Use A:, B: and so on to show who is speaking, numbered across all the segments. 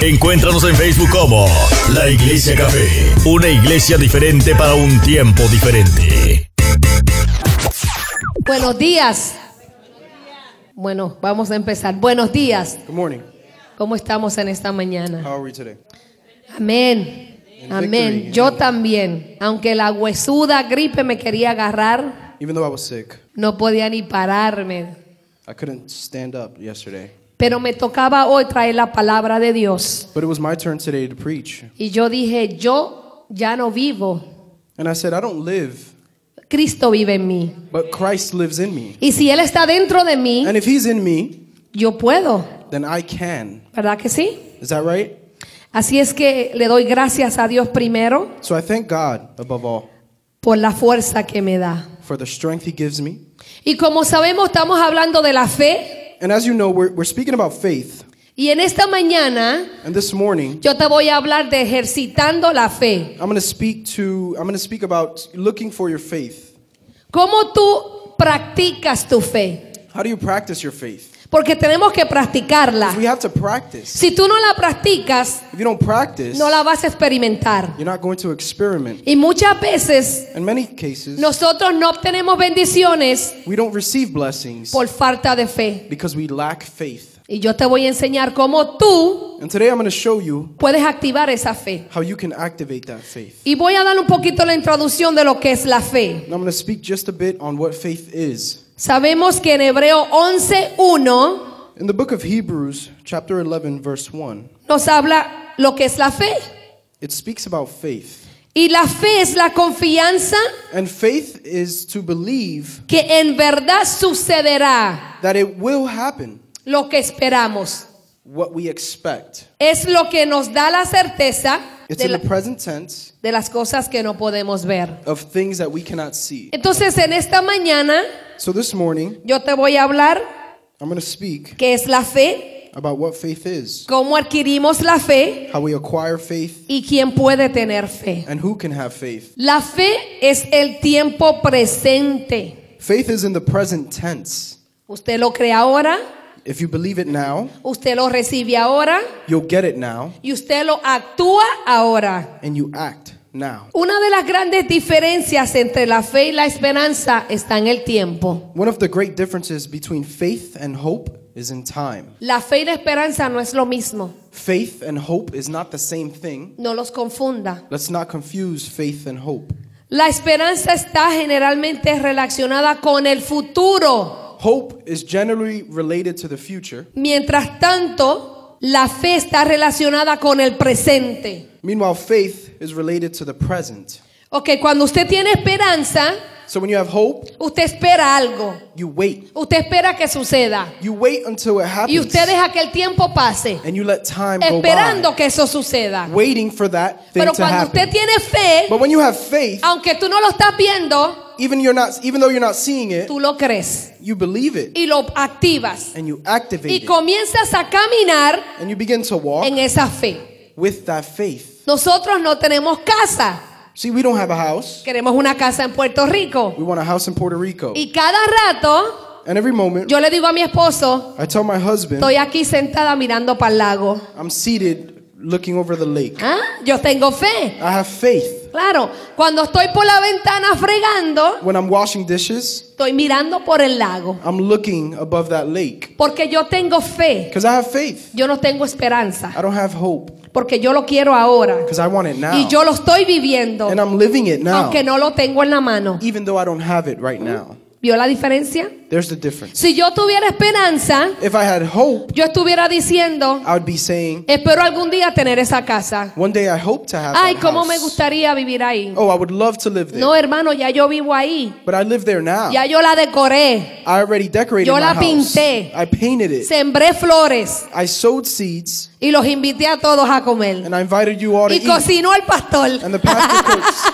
A: Encuéntranos en Facebook como La Iglesia Café, una iglesia diferente para un tiempo diferente.
B: Buenos días. Bueno, vamos a empezar. Buenos días.
C: Good morning.
B: ¿Cómo estamos en esta mañana?
C: How are we today?
B: Amén. Amén. Yo también. Aunque la huesuda gripe me quería agarrar,
C: Even though I was sick,
B: no podía ni pararme.
C: I couldn't stand up yesterday.
B: Pero me tocaba hoy traer la palabra de Dios.
C: But it was my turn today to preach.
B: Y yo dije, yo ya no vivo.
C: And I said, I don't live,
B: Cristo vive en mí.
C: but Christ lives in me.
B: Y si Él está dentro de mí,
C: And if He's in me,
B: yo puedo.
C: then I can.
B: ¿Verdad que sí?
C: Is that right?
B: Así es que le doy gracias a Dios primero
C: So I thank God, above all,
B: por la fuerza que me da.
C: for the strength He gives me.
B: Y como sabemos, estamos hablando de la fe.
C: And as you know, we're, we're speaking about faith.
B: Y en esta mañana
C: And this morning,
B: yo te voy a hablar de ejercitando la fe.
C: I'm going to speak to, I'm going to speak about looking for your faith.
B: ¿Cómo tú practicas tu fe?
C: How do you practice your faith?
B: Porque tenemos que
C: We
B: practicarla.
C: have to practice.
B: Si tú no la practicas,
C: If you don't practice,
B: no la vas a experimentar.
C: you're not going to experiment.
B: Y muchas veces
C: In many cases,
B: nosotros no obtenemos bendiciones
C: We don't receive blessings
B: por falta de fe.
C: because we lack faith.
B: Y yo te voy a enseñar cómo tú
C: And today I'm going to show you
B: puedes activar esa fe.
C: how you can activate that faith.
B: Y voy a dar un poquito la introducción de lo que es la fe.
C: And I'm going to speak just a bit on what faith is.
B: Sabemos que en Hebreo 11.1
C: In the book of Hebrews, chapter 11, verse 1,
B: nos habla lo que es la fe.
C: it speaks about faith.
B: Y la fe es la confianza
C: And faith is to believe
B: que en verdad sucederá
C: that it will happen,
B: lo que esperamos.
C: what we expect.
B: Es lo que nos da la certeza
C: It's
B: de,
C: in the
B: la-
C: present tense
B: de las cosas que no podemos ver.
C: of things that we cannot see.
B: Entonces en esta mañana
C: So this morning,
B: yo te voy a hablar
C: I'm going to speak
B: qué es la fe,
C: about what faith is,
B: cómo adquirimos la fe
C: how we acquire faith,
B: y quién puede tener fe.
C: and who can have faith.
B: La fe es el tiempo presente.
C: Faith is in the present tense.
B: Usted lo cree ahora,
C: If you believe it now,
B: usted lo recibe ahora
C: you'll get it now,
B: y usted lo actúa ahora.
C: and you act now.
B: Una de las grandes diferencias entre la fe y la esperanza está en el tiempo.
C: One of the great differences between faith and hope is in time.
B: La fe y la esperanza no es lo mismo.
C: Faith and hope is not the same thing.
B: No los confunda.
C: Let's not confuse faith and hope.
B: La esperanza está generalmente relacionada con el futuro.
C: Hope is generally related to the future.
B: Mientras tanto, la fe está relacionada con el presente.
C: Meanwhile, faith is related to the present.
B: Ok, cuando usted tiene esperanza,
C: So when you have hope,
B: usted espera algo.
C: you wait.
B: Usted espera que suceda.
C: You wait until it
B: Y
C: happens.
B: usted deja que el tiempo pase,
C: And you let time go by.
B: esperando que eso suceda.
C: Waiting for that thing
B: Pero
C: to
B: cuando usted
C: happen.
B: tiene fe,
C: But when you have faith,
B: Aunque tú no lo estás viendo,
C: even you're not even though you're not seeing it,
B: tú lo crees
C: you believe it.
B: y lo activas
C: and you activate
B: y
C: it,
B: comienzas a caminar
C: and you begin to walk
B: en esa fe.
C: with that faith.
B: Nosotros no tenemos casa.
C: See, we don't have a house.
B: Queremos una casa en Puerto Rico.
C: We want a house in Puerto Rico.
B: Y cada rato
C: And every moment,
B: yo le digo a mi esposo,
C: I tell my husband,
B: estoy aquí sentada mirando para el lago.
C: I'm seated looking over the lake.
B: ¿Ah? Yo tengo fe.
C: I have faith.
B: Claro, cuando estoy por la ventana fregando,
C: When I'm washing dishes,
B: estoy mirando por el lago.
C: I'm looking above that lake
B: Porque yo tengo fe.
C: because I have faith.
B: Yo no tengo esperanza.
C: I don't have hope
B: Porque yo lo quiero ahora.
C: because I want it now.
B: Y yo lo estoy viviendo.
C: And I'm living it now,
B: aunque no lo tengo en la mano.
C: even though I don't have it right now.
B: ¿Vio la diferencia?
C: There's the difference.
B: Si yo tuviera esperanza,
C: If I had hope,
B: yo estuviera diciendo,
C: I would be saying,
B: espero algún día tener esa casa.
C: one day I hope to have
B: Ay,
C: that
B: cómo me
C: house.
B: gustaría vivir ahí.
C: Oh, I would love to live there.
B: No, hermano, ya yo vivo ahí.
C: But I live there now.
B: Ya yo la decoré.
C: I already decorated
B: Yo
C: my
B: la
C: house.
B: pinté.
C: I painted it.
B: Sembré flores
C: I sowed seeds
B: y los invité a todos a comer.
C: and I invited you all to
B: Y
C: eat.
B: cocinó el pastor.
C: And the pastor cooks.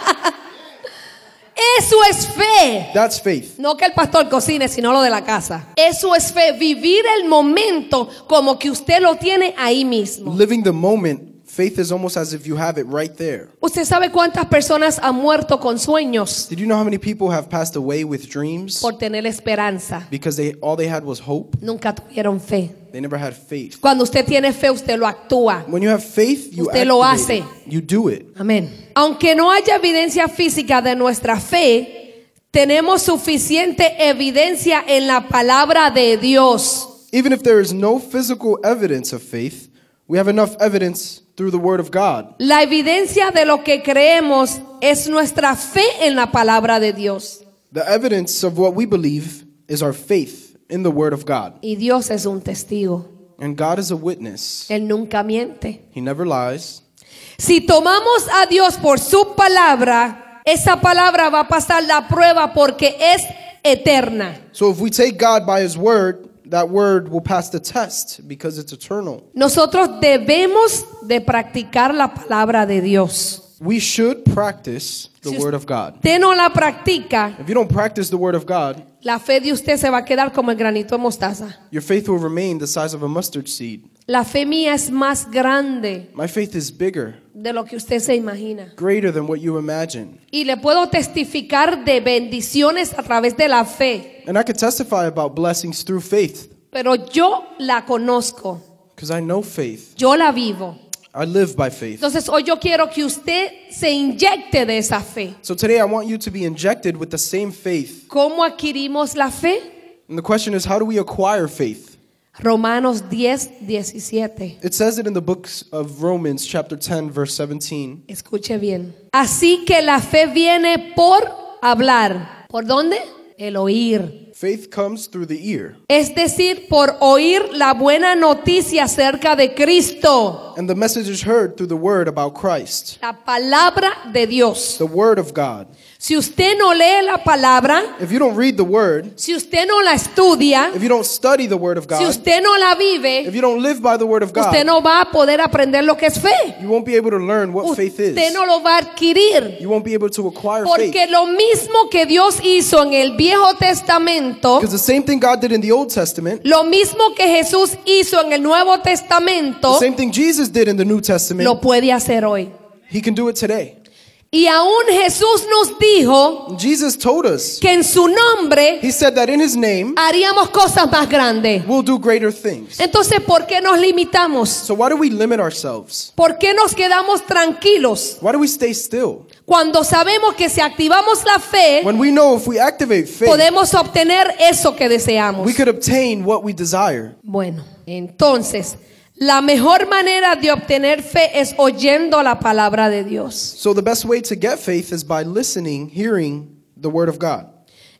B: Eso es fe.
C: That's faith.
B: No que el pastor cocine, sino lo de la casa. Eso es fe. Vivir el momento como que usted lo tiene ahí mismo.
C: Living the moment Faith is almost as if you have it right there.
B: ¿Usted sabe cuántas personas han muerto con sueños
C: Did you know how many people have passed away with dreams
B: por tener esperanza?
C: because they all they had was hope?
B: Nunca tuvieron fe.
C: They never had faith.
B: Cuando usted tiene fe, usted lo actúa.
C: When you have faith, you
B: Usted lo
C: activate
B: hace.
C: it. You do it.
B: Amén. Aunque no haya evidencia física de nuestra fe, tenemos suficiente evidencia en la palabra de Dios.
C: Even if there is no physical evidence of faith, we have enough evidence through the word of God.
B: La evidencia de lo que creemos es nuestra fe en la palabra de Dios.
C: The evidence of what we believe is our faith in the word of God.
B: Y Dios es un testigo.
C: And God is a witness.
B: Él nunca miente.
C: He never lies.
B: Si tomamos a Dios por su palabra, esa palabra va a pasar la prueba porque es eterna.
C: So if we take God by his word, that word will pass the test because it's eternal.
B: Nosotros debemos de practicar la palabra de Dios.
C: We should practice the
B: Si
C: word of God.
B: Usted no la practica,
C: If you don't practice the word of God,
B: la fe de usted se va a quedar como el granito de mostaza.
C: your faith will remain the size of a mustard seed.
B: La fe mía es más grande
C: My faith is bigger,
B: de lo que usted se imagina.
C: greater than what you imagine.
B: Y le puedo testificar de bendiciones a través de la fe,
C: And I could testify about blessings through faith
B: pero yo la conozco,
C: because I know faith.
B: yo la vivo.
C: I live by faith.
B: Entonces hoy yo quiero que usted se inyecte de esa fe.
C: So today I want you to be injected with the same faith.
B: ¿Cómo adquirimos la fe?
C: And the question is, how do we acquire faith?
B: Romanos 10, 17.
C: It says it in the books of Romans, chapter 10, verse 17.
B: Escuche bien. Así que la fe viene por hablar. ¿Por dónde? El oír.
C: Faith comes through the ear,
B: Es decir, por oír la buena noticia acerca de Cristo,
C: and the message is heard through the word about Christ,
B: la palabra de Dios.
C: the word of God.
B: Si usted no lee la palabra,
C: If you don't read the word,
B: si usted no la estudia,
C: if you don't study the word of
B: si
C: God,
B: usted no la vive,
C: if you don't live by the word of
B: usted
C: God,
B: no va a poder aprender lo que es fe.
C: you won't be able to learn what faith
B: Usted
C: is.
B: no lo va a adquirir.
C: You won't be able to acquire faith.
B: Porque lo mismo que Dios hizo en el Viejo Testamento,
C: Because the same thing God did in the Old Testament,
B: lo mismo que Jesús hizo en el Nuevo
C: the
B: Testamento,
C: same thing Jesus did in the New
B: lo
C: Testament,
B: puede hacer hoy.
C: He can do it today.
B: Y aún Jesús nos dijo
C: And Jesus told us,
B: que en su nombre
C: He said that in His name,
B: haríamos cosas más grandes.
C: we'll do greater things.
B: Entonces, ¿por qué nos limitamos?
C: So why do we limit ourselves?
B: ¿Por qué nos quedamos tranquilos
C: Why do we stay still?
B: cuando sabemos que si activamos la fe,
C: When we know if we activate faith,
B: podemos obtener eso que deseamos?
C: we could obtain what we desire.
B: Bueno, entonces, la mejor manera de obtener fe es oyendo la palabra de Dios.
C: So the best way to get faith is by listening, hearing the Word of God.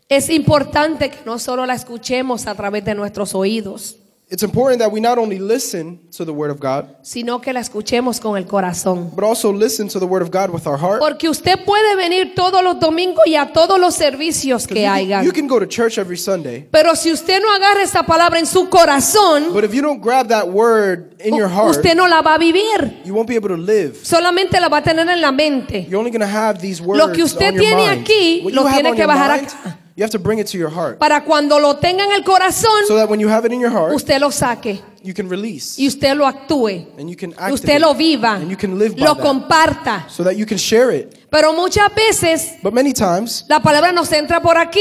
B: Es importante que no solo la escuchemos a través de nuestros oídos,
C: It's important that we not only listen to the Word of God,
B: sino que la escuchemos con el corazón.
C: but also listen to the Word of God with our heart.
B: Porque usted puede venir todos los domingos y a todos los servicios
C: 'Cause you
B: que
C: can-
B: hagan.
C: you can go to church every Sunday.
B: Pero si usted no agarra esa palabra en su corazón,
C: But if you don't grab that word in your
B: u-
C: heart,
B: usted no la va a vivir.
C: you won't be able to live.
B: Solamente la va a tener en la mente.
C: You're only going to have these words
B: Lo que usted
C: on your
B: tiene
C: mind.
B: aquí,
C: What
B: lo
C: you have
B: tiene
C: on
B: que
C: your
B: bajar
C: mind,
B: acá.
C: You have to bring it to your heart.
B: Para cuando lo tenga en el corazón,
C: So that when you have it in your heart,
B: usted lo saque.
C: you can release.
B: y usted lo actúe,
C: and you can
B: y
C: activate.
B: usted lo viva,
C: And you can live by
B: lo
C: that.
B: comparta.
C: So that you can share it.
B: Pero muchas veces
C: But many times,
B: la palabra nos entra por aquí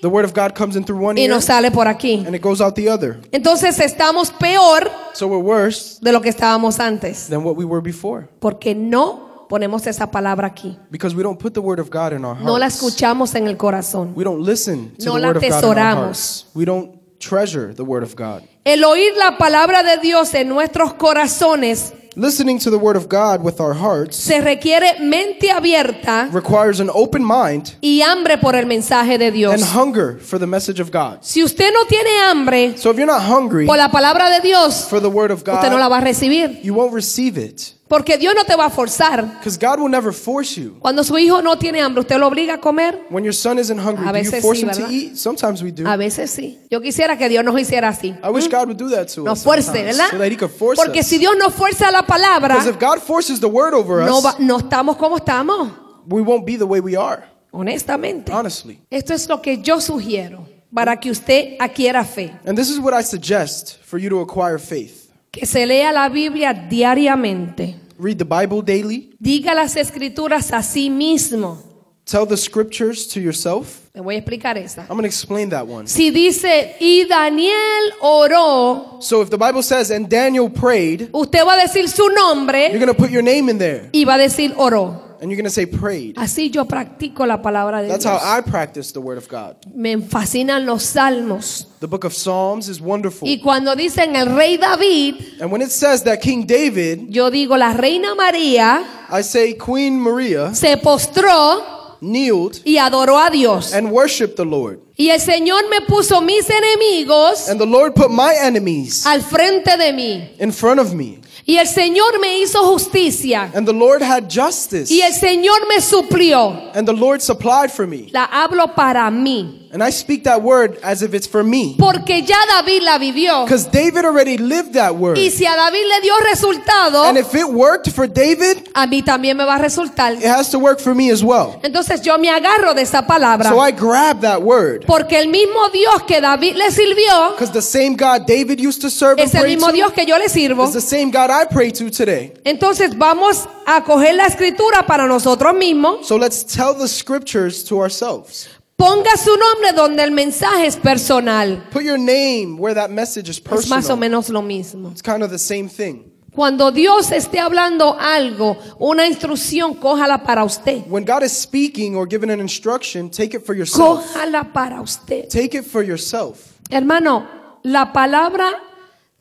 C: the word of God comes in through one
B: y
C: ear
B: nos sale por aquí.
C: and it goes out the other.
B: Entonces estamos peor
C: So we're worse
B: de lo que estábamos antes,
C: than what we were before.
B: porque no ponemos esa palabra aquí,
C: Because we don't put the word of God in our hearts.
B: no la escuchamos en el corazón.
C: We don't listen to
B: No
C: the
B: la
C: word of God in our
B: atesoramos.
C: hearts. We don't treasure the word of God.
B: El oír la palabra de Dios en nuestros corazones
C: Listening to the word of God with our hearts
B: se requiere mente abierta
C: requires an open mind
B: y hambre por el mensaje de Dios.
C: and hunger for the message of God.
B: Si usted no tiene hambre
C: So if you're not hungry
B: por la palabra de Dios,
C: for the word of
B: usted no la
C: God,
B: va a recibir.
C: you won't receive it.
B: Porque Dios no te va a forzar.
C: Because God will never force you.
B: Cuando su hijo no tiene hambre, ¿usted lo obliga a comer?
C: When your son isn't hungry,
B: A
C: do you
B: veces
C: force
B: sí,
C: him to
B: ¿verdad?
C: eat? Sometimes we do.
B: A veces sí. Yo quisiera que Dios nos hiciera así.
C: I wish God would do that to
B: Nos
C: us.
B: fuerce,
C: sometimes,
B: ¿verdad?
C: Oh, So that he could force
B: Porque
C: us.
B: si Dios nos fuerza la palabra,
C: Because if God forces the word over
B: no, va-
C: us,
B: no estamos como estamos.
C: we won't be the way we are,
B: Honestamente.
C: honestly.
B: Esto es lo que yo sugiero para que usted adquiera fe.
C: And this is what I suggest for you to acquire faith.
B: Que se lea la Biblia diariamente.
C: Read the Bible daily.
B: Diga las escrituras a sí mismo.
C: Tell the scriptures to yourself.
B: Le voy a explicar esta.
C: I'm going to explain that one.
B: Si dice, y Daniel oró,
C: So if the Bible says, and Daniel prayed,
B: usted va a decir su
C: you're
B: nombre
C: going to put your name in there
B: y va a decir oró.
C: and you're going to say prayed.
B: Así yo practico la palabra de
C: That's how
B: Dios.
C: I practice the Word of God.
B: Me fascinan los salmos.
C: The book of Psalms is wonderful.
B: Y cuando dicen el rey David,
C: And when it says that King David,
B: yo digo la reina María
C: I say Queen Maria,
B: se postró
C: kneeled
B: y adoró a Dios.
C: and worshiped the Lord.
B: Y el Señor me puso mis enemigos
C: And the Lord put my enemies
B: al frente de mí.
C: in front of me.
B: Y el Señor me hizo justicia.
C: And the Lord had justice.
B: Y el Señor me suplió.
C: And the Lord supplied for me.
B: La hablo para mí.
C: And I speak that word as if it's for me.
B: Porque ya David la vivió.
C: Because David already lived that word.
B: Y si a David le dio resultado,
C: And if it worked for David,
B: a mí también me va a resultar.
C: it has to work for me as well.
B: Entonces yo me agarro de esa palabra.
C: So I grab that word.
B: Porque el mismo Dios que David le sirvió
C: Because the same God David used to serve and
B: es el
C: pray
B: mismo
C: to
B: Dios que yo le sirvo.
C: is the same God I pray to today.
B: Entonces vamos a coger la escritura para nosotros mismos.
C: So let's tell the scriptures to ourselves.
B: Ponga su nombre donde el mensaje es personal.
C: Put your name where that message is
B: Es más o
C: personal.
B: menos lo mismo.
C: It's kind of the same thing.
B: Cuando Dios esté hablando algo, una instrucción, cójala para usted.
C: When God is speaking or giving an instruction, take it for yourself.
B: Cójala para usted.
C: Take it for yourself.
B: Hermano, la palabra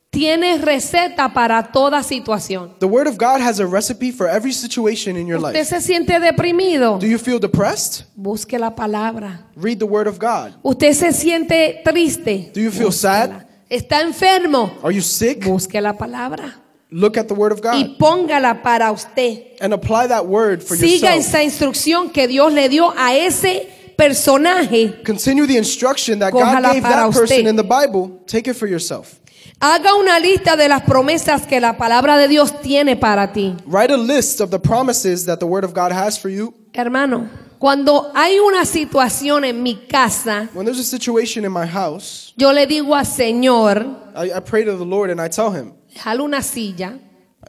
B: tiene receta para toda situación.
C: The word of God has a recipe for every situation in your
B: Usted
C: life.
B: se siente deprimido,
C: Do you feel depressed?
B: busque la palabra.
C: Read the word of God.
B: Usted se siente triste,
C: Do you feel sad?
B: está enfermo,
C: Are you sick?
B: busque la palabra.
C: Look at the word of
B: y
C: God
B: póngala para usted.
C: and apply that word for
B: Siga
C: yourself.
B: esa instrucción que Dios le dio a ese personaje.
C: Continue the instruction that
B: Cójala
C: God gave
B: para
C: that person
B: usted.
C: in the Bible. Take it for yourself.
B: Haga una lista de las promesas que la palabra de Dios tiene para ti.
C: Write a list of the promises that the word of God has for you.
B: Hermano, cuando hay una situación en mi casa,
C: When there's a situation in my house,
B: yo le digo al Señor,
C: I, I pray to the Lord and I tell him,
B: jalo una silla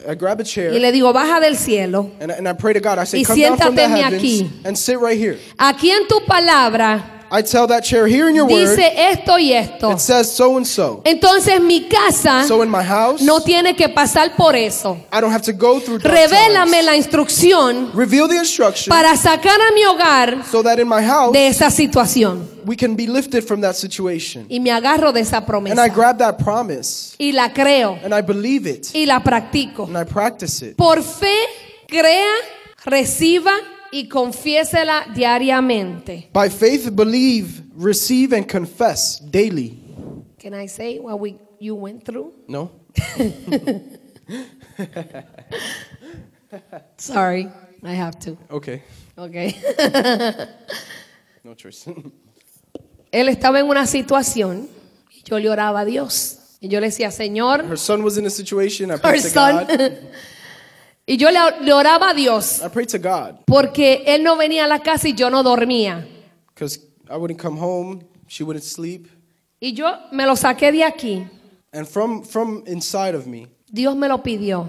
C: I grab a chair
B: y le digo, baja del cielo.
C: and, I- and I pray to God. I say,
B: Y
C: come down from the
B: siéntateme
C: heavens
B: aquí.
C: and sit right here.
B: Aquí en tu palabra
C: I tell that chair, here in your word,
B: dice esto y esto.
C: it says so and so.
B: Entonces mi casa
C: So in my house,
B: no tiene que pasar por eso.
C: I don't have to go through dark
B: Revélame
C: times.
B: la instrucción
C: Reveal the instruction
B: para sacar a mi hogar
C: so that in my house,
B: de esa situación.
C: we can be lifted from that situation.
B: Y me agarro de esa
C: And I
B: promesa.
C: grab that promise
B: Y la creo
C: and I believe it
B: y la practico.
C: and I practice it.
B: Por fe, crea, reciba y confiésela diariamente.
C: By faith, believe, receive, and confess daily.
B: Can I say what we, you went through?
C: No?
B: Sorry, I have to.
C: Okay.
B: Okay.
C: No choice.
B: Él estaba en una situación y yo le oraba a Dios. Y yo le decía, Señor,
C: Her son was in a situation. I
B: her
C: prayed to
B: son.
C: God.
B: y yo le- le oraba a Dios
C: I prayed to God
B: porque él no venía a la casa y yo no dormía.
C: because I wouldn't come home. She wouldn't sleep.
B: Y yo me lo saqué de aquí.
C: And from, from inside of me,
B: Dios me lo pidió.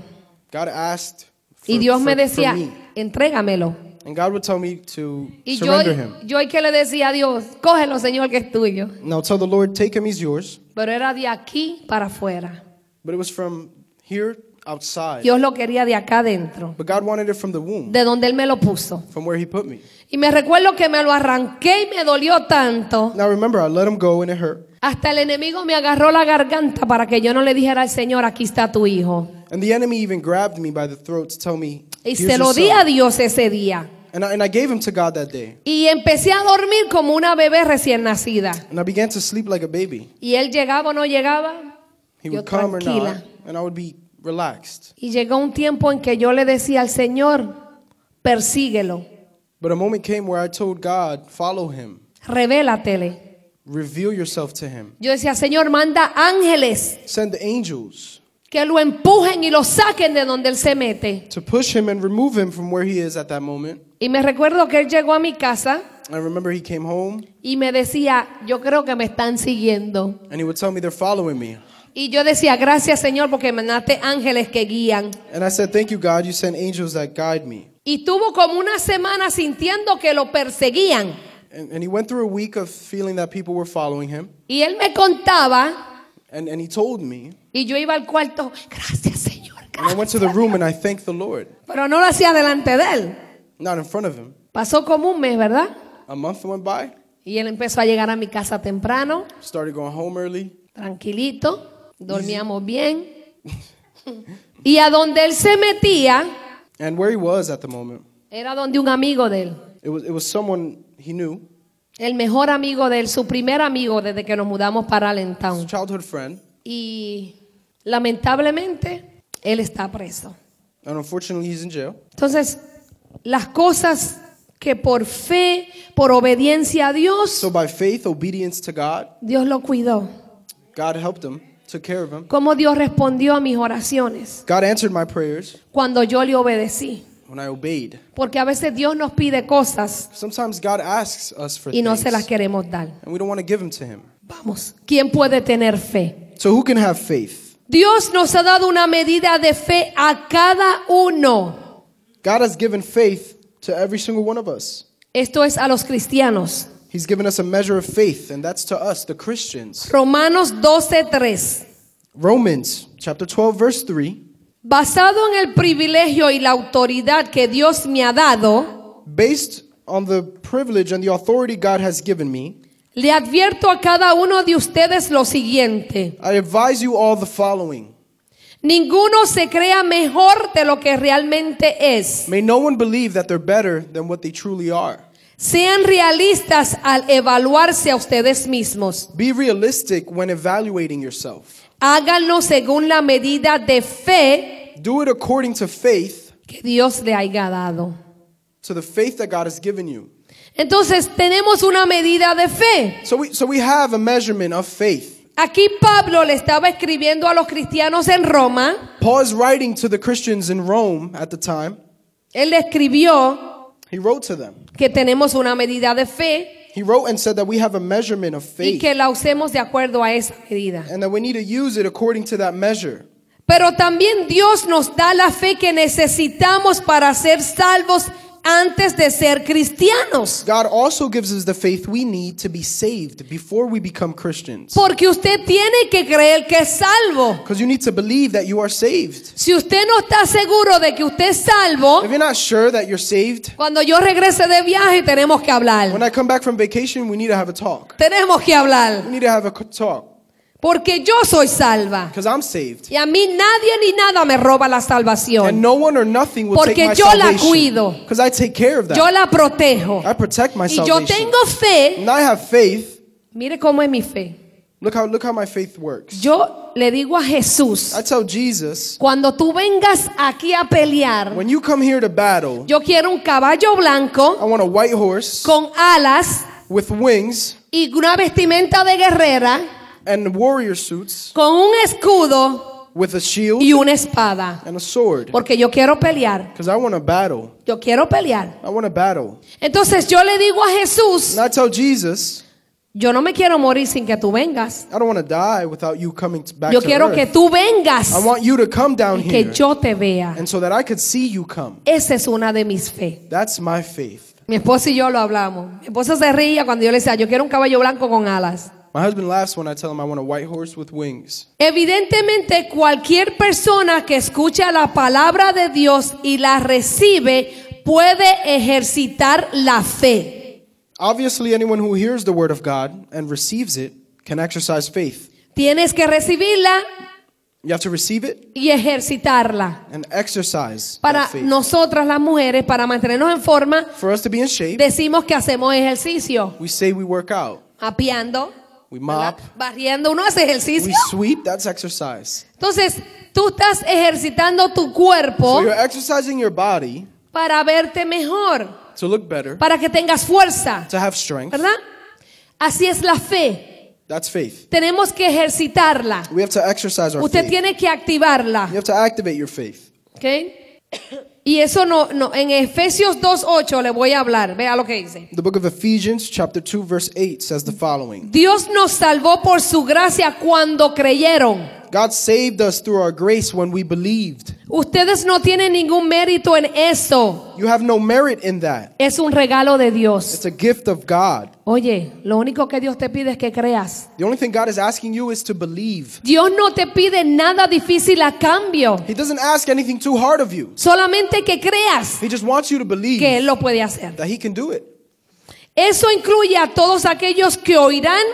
C: God asked for,
B: Y Dios
C: for-
B: me
C: for
B: decía,
C: me.
B: entrégamelo.
C: And God would tell me to
B: Y yo,
C: surrender him.
B: yo es que le decía a Dios, cógelo Señor que es tuyo.
C: Now tell the Lord, take him, he's yours.
B: Pero era de aquí para afuera.
C: But it was from here outside.
B: Dios lo quería de acá adentro,
C: But God wanted it from the womb,
B: de donde Él me lo puso.
C: from where he put me.
B: Y me recuerdo que me lo arranqué y me dolió tanto.
C: Now remember, I let him go and it hurt.
B: Hasta el enemigo me agarró la garganta para que yo no le dijera al Señor, aquí está tu hijo.
C: And the enemy even grabbed me by the throat to tell me,
B: Y
C: "Here's
B: se
C: your
B: lo di
C: son."
B: a Dios ese día.
C: And I, and I gave him to God that day.
B: Y empecé a dormir como una bebé recién nacida.
C: And I began to sleep like a baby.
B: Y él llegaba o no llegaba.
C: He
B: yo
C: would come or not,
B: tranquila.
C: and I would be relaxed.
B: Y llegó un tiempo en que yo le decía al Señor, persíguelo,
C: But a moment came where I told God, follow him,
B: revélatele.
C: reveal yourself to him,
B: Yo decía, Señor, manda ángeles
C: send the angels
B: que lo empujen y lo saquen de donde él se mete.
C: to push him and remove him from where he is at that moment.
B: Y me recuerdo que él llegó a mi casa
C: I remember he came home
B: y me decía, yo creo que me están siguiendo.
C: and he would tell me they're following me.
B: Y yo decía, gracias Señor porque mandaste ángeles que guían.
C: And I said, Thank you, God, you sent angels that guide me.
B: Y tuvo como una semana sintiendo que lo perseguían.
C: And, and he went through a week of feeling that people were following him.
B: Y él me contaba
C: And, and he told me,
B: y yo iba al cuarto, gracias Señor.
C: and I
B: gracias".
C: went to the room and I thanked the Lord.
B: Pero no lo hacía delante de él.
C: Not in front of him.
B: Pasó como un mes, ¿verdad?
C: A month went by,
B: Y él empezó a llegar a mi casa temprano,
C: started going home early.
B: tranquilito, dormíamos bien. Y a donde él se metía
C: And where he was at the moment,
B: era donde un amigo de él,
C: it was, it was someone he knew,
B: el mejor amigo de él, su primer amigo desde que nos mudamos para
C: his
B: Allentown.
C: childhood friend.
B: Y lamentablemente él está preso.
C: And unfortunately, he's in jail.
B: Entonces, las cosas que por fe, por obediencia a Dios,
C: So by faith, obedience to God,
B: Dios lo cuidó.
C: God helped him, took care of him.
B: Cómo Dios respondió a mis oraciones
C: God answered my prayers
B: cuando yo le obedecí.
C: when I obeyed.
B: Porque a veces Dios nos pide cosas
C: Sometimes God asks us for
B: y no
C: things,
B: se las queremos dar.
C: and we don't want to give them to him.
B: Vamos, ¿quién puede tener fe?
C: So who can have faith?
B: Dios nos ha dado una medida de fe a cada uno.
C: God has given faith to every single one of us.
B: Esto es a los cristianos.
C: He's given us a measure of faith, and that's to us, the Christians.
B: Romanos 12:3.
C: Romans chapter 12, verse 3.
B: Basado en el privilegio y la autoridad que Dios me ha dado,
C: Based on the privilege and the authority God has given me,
B: le advierto a cada uno de ustedes lo siguiente.
C: I advise you all the following.
B: Ninguno se crea mejor de lo que realmente es.
C: May no one believe that they're better than what they truly are.
B: Sean realistas al evaluarse a ustedes mismos.
C: Be realistic when evaluating yourself.
B: Háganlo según la medida de fe
C: Do it according to faith,
B: que Dios le haya dado.
C: to the faith that God has given you.
B: Entonces tenemos una medida de fe.
C: So we, so we have a measurement of faith.
B: Aquí Pablo le estaba escribiendo a los cristianos en Roma.
C: Paul is writing to the Christians in Rome at the time.
B: Él le escribió
C: He wrote to them.
B: que tenemos una medida de fe
C: He wrote and said that we have a measurement of
B: y
C: faith
B: que la usemos de acuerdo a esa medida.
C: and that we need to use it according to that measure.
B: Pero también Dios nos da la fe que necesitamos para ser salvos antes de ser cristianos.
C: God also gives us the faith we need to be saved before we become Christians.
B: Porque usted tiene que creer que es salvo.
C: Because you need to believe that you are saved.
B: Si usted no está seguro de que usted es salvo,
C: If you're not sure that you're saved,
B: cuando yo regrese de viaje tenemos que
C: when
B: hablar.
C: I come back from vacation, we need to have a talk.
B: Tenemos que
C: We
B: hablar.
C: need to have a c- talk.
B: Porque yo soy salva.
C: Because I'm saved.
B: Y a mí nadie ni nada me roba la
C: And
B: salvación.
C: no one or nothing will
B: Porque
C: take my
B: yo la
C: salvation.
B: cuido.
C: Because I take care of that.
B: Yo la protejo.
C: I protect my
B: Y yo
C: salvation.
B: tengo fe.
C: And I have faith.
B: Mire cómo es mi fe.
C: Look how look how my faith works.
B: Yo le digo a Jesús,
C: I tell Jesus,
B: cuando tú vengas aquí a pelear,
C: when you come here to battle,
B: yo quiero un caballo
C: I
B: blanco
C: want a white horse
B: con alas
C: with wings
B: y una vestimenta de guerrera,
C: and warrior suits
B: con un escudo
C: with a shield
B: y una espada.
C: and a sword.
B: Porque yo quiero pelear.
C: Because I want to battle.
B: Yo quiero pelear.
C: I want to battle.
B: Entonces yo le digo a Jesús,
C: And I tell Jesus,
B: yo no me quiero morir sin que tú vengas.
C: I don't want to die without you coming t- back
B: Yo
C: to
B: quiero
C: earth.
B: que tú vengas
C: I want you to come down
B: y que
C: here.
B: yo te vea.
C: And so that I could see you come.
B: Esa es una de mis fe.
C: That's my faith.
B: Mi esposo y yo lo hablamos. Mi esposo se reía cuando yo le decía, yo quiero un caballo blanco con alas.
C: My husband laughs when I tell him I want a white horse with wings.
B: Evidentemente, cualquier persona que escucha la palabra de Dios y la recibe puede ejercitar la fe.
C: Obviously, anyone who hears the word of God and receives it can exercise faith.
B: Tienes que recibirla
C: You have to receive it
B: y ejercitarla.
C: and exercise
B: Para
C: that faith.
B: nosotras las mujeres, para mantenernos en forma,
C: For us to be in shape,
B: decimos que hacemos ejercicio.
C: we say we work out,
B: Apiando,
C: we mop,
B: ¿verdad? barriendo, uno hace ejercicio.
C: we sweep. That's exercise.
B: Entonces, tú estás ejercitando tu cuerpo
C: So you're exercising your body
B: para verte mejor,
C: to look better,
B: para que tengas fuerza,
C: to have strength.
B: ¿verdad? Así es la fe.
C: That's faith.
B: Tenemos que ejercitarla.
C: We have to exercise our
B: Usted
C: faith. You
B: tiene que activarla.
C: have to activate your faith.
B: ¿ok? Y eso no, no, en Efesios 2.8 le voy a hablar. Vea lo que dice.
C: The book of Ephesians, chapter 2, verse 8 says the following
B: Dios nos salvó por su gracia cuando creyeron.
C: God saved us through our grace when we believed.
B: Ustedes no tienen ningún mérito en eso.
C: You have no merit in that.
B: Es un regalo de Dios.
C: It's a gift of God.
B: Oye, lo único que Dios te pide es que creas.
C: The only thing God is asking you is to believe.
B: Dios no te pide nada difícil a cambio.
C: He doesn't ask anything too hard of you.
B: Solamente que creas
C: He just wants you to believe
B: que Él lo puede hacer.
C: that He can do it.
B: Eso incluye a todos aquellos que oirán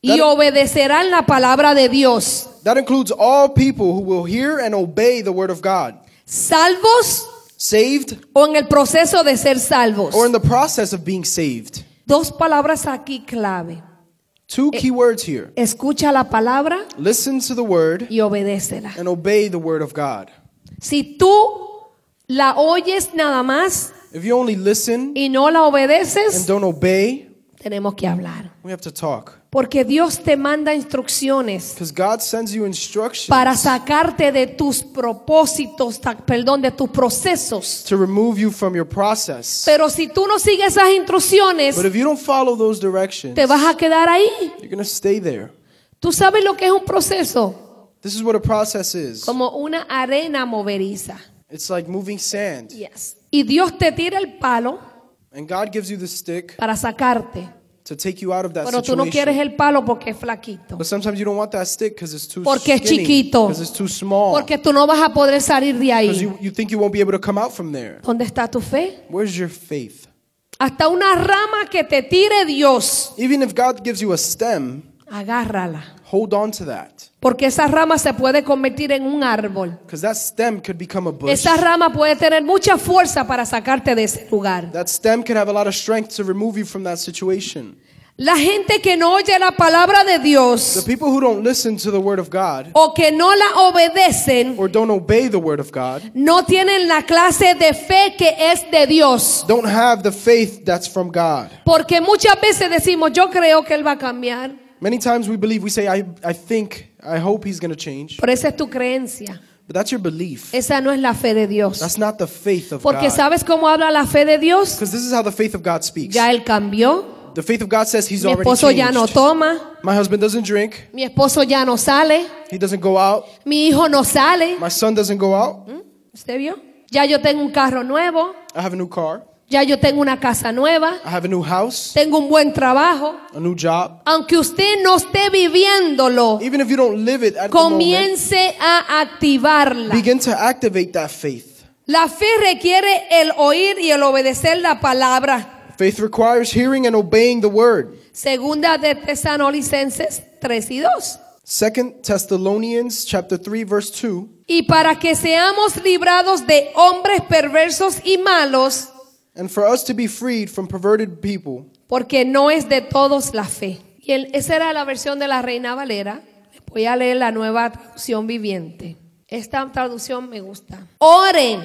B: y
C: That-
B: obedecerán la palabra de Dios.
C: That includes all people who will hear and obey the word of God,
B: Salvos
C: saved
B: o en el proceso de ser salvos.
C: or in the process of being saved.
B: Dos palabras aquí clave.
C: Two key words here.
B: Escucha la palabra
C: Listen to the word
B: y obedécela.
C: and obey the word of God.
B: Si tú la oyes nada más
C: If you only listen
B: y no la
C: and
B: obedeces,
C: don't obey,
B: tenemos que hablar.
C: we have to talk.
B: Porque Dios te manda instrucciones
C: Because God sends you instruction
B: para sacarte de tus propósitos, ta- perdón, de tus procesos.
C: to remove you from your process.
B: Pero si tú no sigues esas instrucciones,
C: But if you don't follow those directions,
B: te vas a quedar ahí.
C: you're going to stay there.
B: Tú sabes lo que es un proceso,
C: This is what a process is.
B: como una arena moveriza.
C: It's like moving sand.
B: Yes. Y Dios te tira el palo
C: And God gives you the stick
B: para sacarte.
C: to take you out of that
B: Pero tú no
C: situation. Pues,
B: quieres el palo porque es flaquito.
C: But sometimes you don't want that stick because it's too
B: Porque es
C: skinny,
B: chiquito.
C: 'cause it's too small.
B: Porque tú no vas a poder salir de
C: 'Cause
B: ahí.
C: you, you think you won't be able to come out from there.
B: ¿Dónde está tu fe?
C: Where's your faith?
B: Hasta una rama que te tire Dios,
C: Even if God gives you a stem,
B: agárrala.
C: hold on to that.
B: Porque esa rama se puede convertir en un árbol.
C: Because that stem could become a bush.
B: Esa rama puede tener mucha fuerza para sacarte de ese lugar.
C: That stem could have a lot of strength to remove you from that situation.
B: La gente que no oye la palabra de
C: The
B: Dios
C: people who don't listen to the word of God
B: o que no la obedecen
C: or don't obey the word of God
B: no tienen la clase de fe que es de Dios.
C: don't have the faith that's from God.
B: Porque muchas veces decimos, yo creo que Él va a cambiar.
C: Many times we believe, we say, I, I think, I hope he's going to change.
B: Pero esa es tu creencia.
C: But that's your belief.
B: Esa no es la fe de Dios.
C: That's not the faith of
B: Porque
C: God.
B: ¿sabes cómo habla la fe de Dios?
C: Because this is how the faith of God speaks.
B: Ya Él cambió.
C: The faith of God says he's
B: Mi
C: already
B: esposo ya no
C: changed.
B: toma.
C: My husband doesn't drink.
B: Mi esposo ya no sale.
C: He doesn't go out.
B: Mi hijo no sale.
C: My son doesn't go out.
B: ¿Usted vio? Ya yo tengo un carro nuevo.
C: I have a new car.
B: Ya yo tengo una casa nueva.
C: I have a new house,
B: Tengo un buen trabajo.
C: a new job.
B: Aunque usted no esté viviéndolo,
C: Even if you don't live it at the moment,
B: comience a activarla.
C: begin to activate that faith.
B: La fe requiere el oír y el obedecer la palabra.
C: Faith requires hearing and obeying the word.
B: Segunda de Tesalonicenses 3 y 2.
C: Second Thessalonians chapter 3 verse 2
B: Y para que seamos librados de hombres perversos y malos,
C: and for us to be freed from perverted people
B: porque no es de todos la fe. Y el- esa era la versión de la Reina Valera. Voy a leer la nueva traducción viviente. Esta traducción me gusta. Oren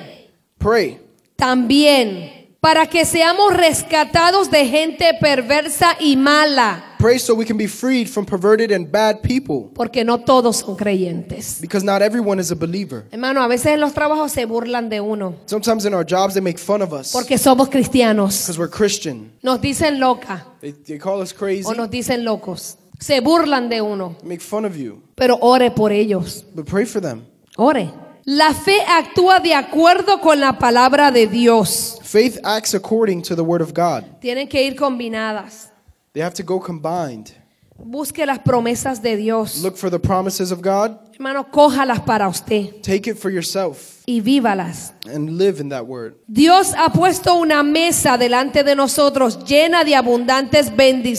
C: pray
B: también para que seamos rescatados de gente perversa y mala,
C: pray so we can be freed from perverted and bad people
B: porque no todos son creyentes.
C: because not everyone is a believer
B: Hermano, a veces en los trabajos se burlan de uno,
C: sometimes in our jobs they make fun of us
B: porque somos cristianos.
C: because we're Christian
B: Nos dicen loca.
C: They, they call us crazy.
B: o nos dicen locos. Se burlan de uno,
C: They make fun of you.
B: pero ore por ellos.
C: But pray for them.
B: Ore. La fe actúa de acuerdo con la palabra de Dios.
C: Faith acts according to the word of God.
B: Tienen que ir combinadas.
C: They have to go combined.
B: Busque las promesas de Dios.
C: Look for the promises of God,
B: Hermano, cójalas para usted
C: take it for yourself,
B: y vívalas.
C: and live in that word.
B: Dios ha puesto una mesa delante de nosotros llena de abundantes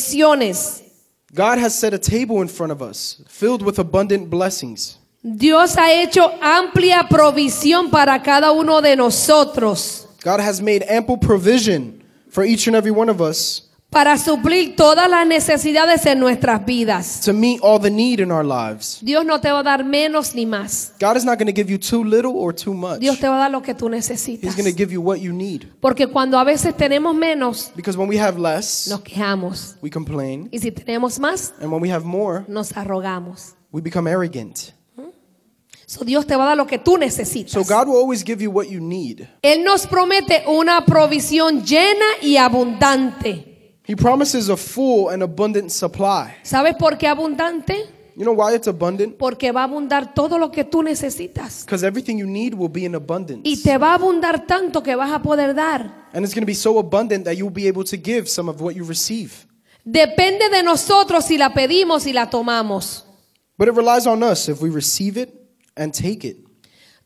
B: bendiciones.
C: God has set a table in front of us filled with abundant blessings.
B: Dios ha hecho amplia provisión para cada uno de nosotros.
C: God has made ample provision for each and every one of us
B: para suplir todas las necesidades en nuestras vidas.
C: to meet all the need in our lives.
B: Dios no te va a dar menos ni más.
C: God is not going to give you too little or too much.
B: Dios te va a dar lo que tú
C: He's
B: necesitas.
C: going to give you what you need.
B: Porque cuando a veces tenemos menos,
C: Because when we have less,
B: nos quejamos.
C: we complain.
B: Y si tenemos más,
C: And when we have more,
B: nos arrogamos.
C: we become arrogant.
B: So, Dios te va a dar lo que tú necesitas.
C: So God will always give you what you need.
B: Él nos promete una provisión llena y abundante.
C: He promises a full and abundant supply.
B: ¿Sabes por qué abundante?
C: You know why it's abundant?
B: Porque va a abundar todo lo que tú necesitas.
C: Because everything you need will be in abundance.
B: Y te va a abundar tanto que vas a poder dar.
C: And it's going to be so abundant that you'll be able to give some of what you receive.
B: Depende de nosotros si la pedimos y la tomamos.
C: But it relies on us if we receive it and take it.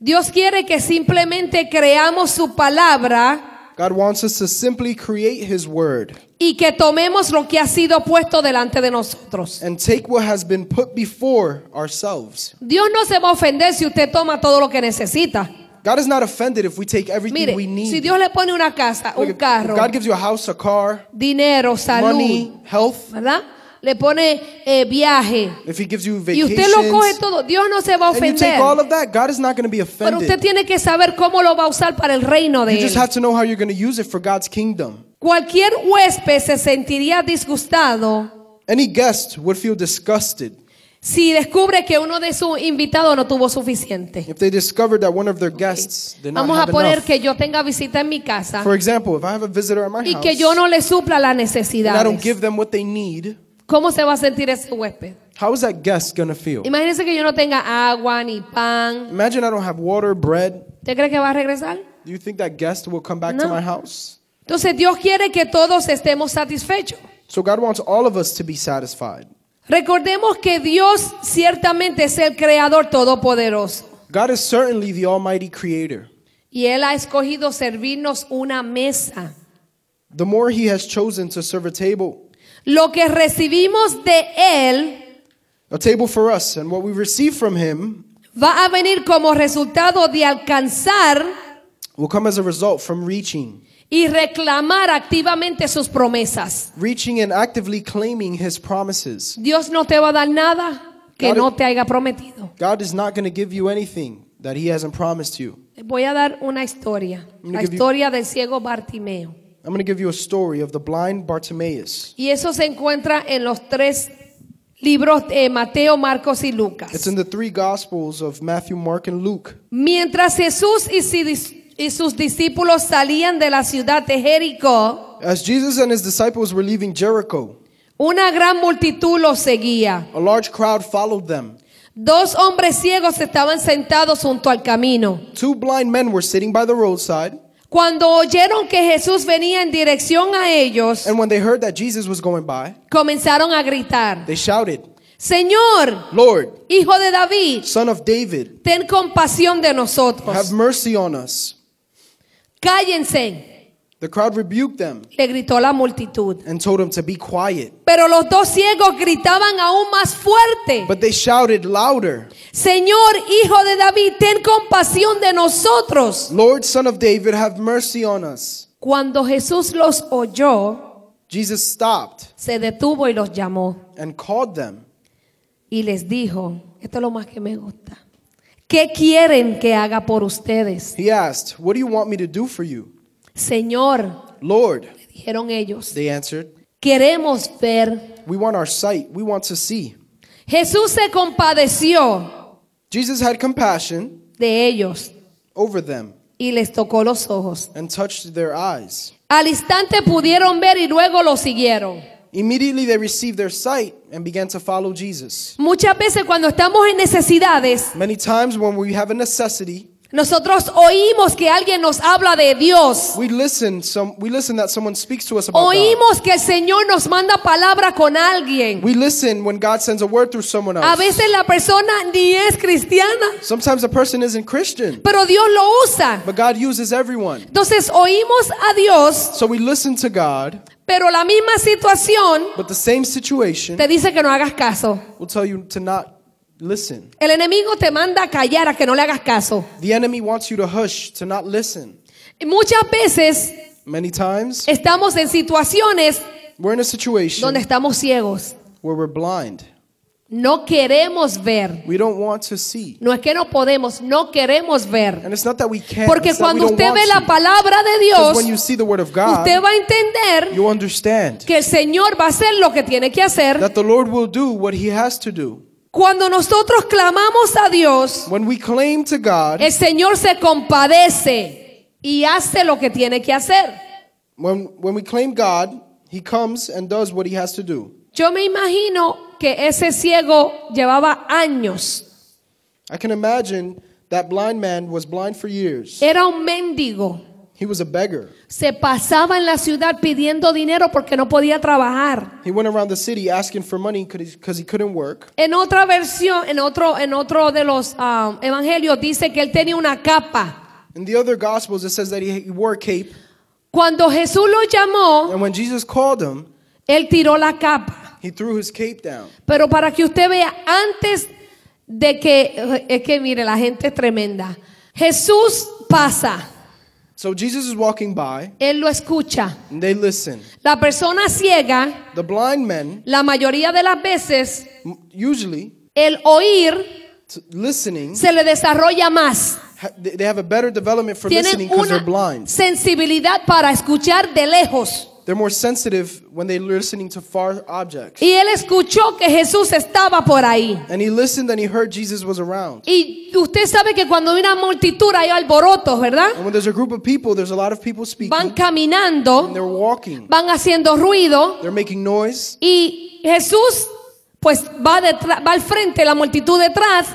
B: Dios quiere que simplemente creamos su palabra
C: God wants us to simply create His Word
B: y que tomemos lo que ha sido puesto delante de nosotros.
C: and take what has been put before ourselves.
B: Dios no se va a ofender si usted toma todo lo que necesita.
C: God is not offended if we take everything
B: Mire,
C: we need.
B: si Dios le pone una casa,
C: Look,
B: un
C: if- if God
B: carro,
C: gives you a house, a car,
B: dinero, salud,
C: money, health,
B: ¿verdad? Le pone eh, viaje
C: if He gives you
B: y
C: vacations,
B: usted lo coge todo, Dios no se va a
C: and you take
B: ofender.
C: all of that, God is not going to be
B: Pero usted
C: offended.
B: tiene que saber cómo lo va a usar para el reino
C: You
B: de
C: just
B: él.
C: have to know how you're going to use it for God's kingdom.
B: Cualquier huésped se sentiría disgustado
C: Any guest would feel disgusted
B: si descubre que uno de sus invitados no tuvo suficiente.
C: if they discovered that one of their guests did not
B: Vamos a
C: have
B: poner
C: enough.
B: que yo tenga visita en mi casa
C: For example, if I have a visitor at my
B: y
C: house
B: que yo no le supla la
C: and I
B: necesidad.
C: don't give them what they need,
B: ¿Cómo se va a sentir ese huésped?
C: how is that guest going to feel?
B: Imagínese que yo no tenga agua ni pan.
C: Imagine I don't have water, bread.
B: ¿Usted cree que va a regresar?
C: Do you think that guest will come back
B: No.
C: to my house?
B: Entonces Dios quiere que todos estemos satisfechos.
C: So God wants all of us to be satisfied.
B: Recordemos que Dios ciertamente es el creador todopoderoso.
C: God is certainly the almighty creator.
B: Y Él ha escogido servirnos una mesa.
C: The more he has chosen to serve a table,
B: Lo que recibimos de Él
C: a table for us, and what we receive from him
B: va a venir como resultado de alcanzar
C: will come as a result from reaching,
B: y reclamar activamente sus promesas.
C: reaching and actively claiming his promises.
B: Dios no te va a dar nada que no te haya prometido.
C: God is not going to give you anything that he hasn't promised you.
B: Les Voy a dar una historia, la historia del ciego Bartimeo.
C: I'm going to give you a story of the blind Bartimaeus.
B: Y eso se encuentra en los tres libros de Mateo, Marcos y
C: It's
B: Lucas.
C: in the three Gospels of Matthew, Mark, and Luke.
B: Mientras Jesús y si- y sus discípulos salían de la ciudad de Jericó,
C: As Jesus and his disciples were leaving Jericho,
B: Una gran multitud los seguía.
C: a large crowd followed them.
B: Dos hombres ciegos estaban sentados junto al camino.
C: Two blind men were sitting by the roadside,
B: Cuando oyeron que Jesús venía en dirección a ellos,
C: and when they heard that Jesus was going by,
B: comenzaron a gritar,
C: they shouted,
B: Señor,
C: Lord,
B: hijo de David,
C: son of David,
B: ten compasión de
C: have
B: nosotros.
C: mercy on us.
B: Cállense,
C: The crowd rebuked them
B: le gritó la multitud.
C: and told them to be quiet.
B: Pero los dos ciegos gritaban aún más fuerte,
C: But they shouted louder,
B: Señor, hijo de David, ten compasión de nosotros.
C: Lord, son of David, have mercy on us.
B: Cuando Jesús los oyó,
C: Jesus stopped
B: se detuvo y los llamó
C: and called them.
B: y les dijo, esto es lo más que me gusta, ¿qué quieren que haga por ustedes?
C: He asked, What do you want me to do for you?
B: Señor,
C: Lord,
B: le dijeron ellos,
C: they answered,
B: queremos ver.
C: We want our sight, we want to see.
B: Jesús se compadeció
C: Jesus had compassion
B: de ellos
C: over them
B: y les tocó los ojos.
C: and touched their eyes.
B: Al instante pudieron ver y luego lo siguieron.
C: Immediately they received their sight and began to follow Jesus.
B: Muchas veces cuando estamos en necesidades,
C: Many times when we have a necessity,
B: nosotros oímos que alguien nos habla de Dios.
C: we listen some we listen that someone speaks to us about God.
B: Oímos que el Señor nos manda palabra con alguien.
C: We listen when God sends a word through someone
B: A
C: else.
B: veces la persona ni es cristiana,
C: Sometimes a person isn't Christian,
B: pero Dios lo usa.
C: but God uses everyone.
B: Entonces oímos a Dios,
C: So we listen to God,
B: pero la misma situación
C: but the same situation
B: te dice que no hagas caso.
C: will tell you to not listen.
B: El enemigo te manda a callar, a que no le hagas caso.
C: The enemy wants you to hush, to not listen.
B: Y muchas veces
C: Many times,
B: estamos en situaciones
C: we're in a situation
B: donde estamos ciegos.
C: where we're blind.
B: No queremos ver.
C: We don't want to see.
B: No es que no podemos, no queremos ver.
C: And it's not that we can't.
B: Porque
C: it's that we
B: cuando
C: don't
B: usted
C: want
B: ve la
C: to.
B: palabra de
C: 'Cause
B: Dios,
C: when you see the word of God,
B: usted va a entender
C: you understand
B: que el Señor va a hacer lo que tiene que hacer.
C: that the Lord will do what he has to do.
B: Cuando nosotros clamamos a Dios,
C: When we claim to God,
B: el Señor se compadece y hace lo que tiene que hacer.
C: when, when we claim God, he comes and does what he has to do.
B: Yo me imagino que ese ciego llevaba años.
C: I can imagine that blind man was blind for years.
B: Era un mendigo.
C: He was a beggar.
B: Se pasaba en la ciudad pidiendo dinero porque no podía trabajar.
C: He went around the city asking for money because he couldn't work.
B: En otra versión, en otro, en otro de los ah, evangelios dice que él tenía una capa.
C: In the other gospels, it says that he he wore a cape.
B: Cuando Jesús lo llamó,
C: And when Jesus called him,
B: él tiró la capa.
C: he threw his cape down.
B: Pero para que usted vea, antes de que, es que mire, la gente es tremenda. Jesús pasa,
C: So Jesus is walking by,
B: él lo escucha.
C: and they listen.
B: La persona ciega,
C: The blind men,
B: la mayoría de las veces,
C: m- usually
B: el oír
C: t- listening,
B: se le desarrolla más.
C: ha- they they have a better development for
B: Tienen
C: listening because they're
B: una
C: blind.
B: sensibilidad para escuchar de lejos.
C: They're more sensitive when they're listening to far objects.
B: Y él escuchó que Jesús estaba por ahí.
C: And he listened and he heard Jesus was around.
B: Y usted sabe que cuando hay una multitud hay alborotos, ¿verdad?
C: And when there's a group of people, there's a lot of people speaking,
B: Van
C: and
B: caminando,
C: they're walking.
B: van haciendo ruido
C: They're making noise.
B: y Jesús pues va, detrás- va al frente, la multitud detrás,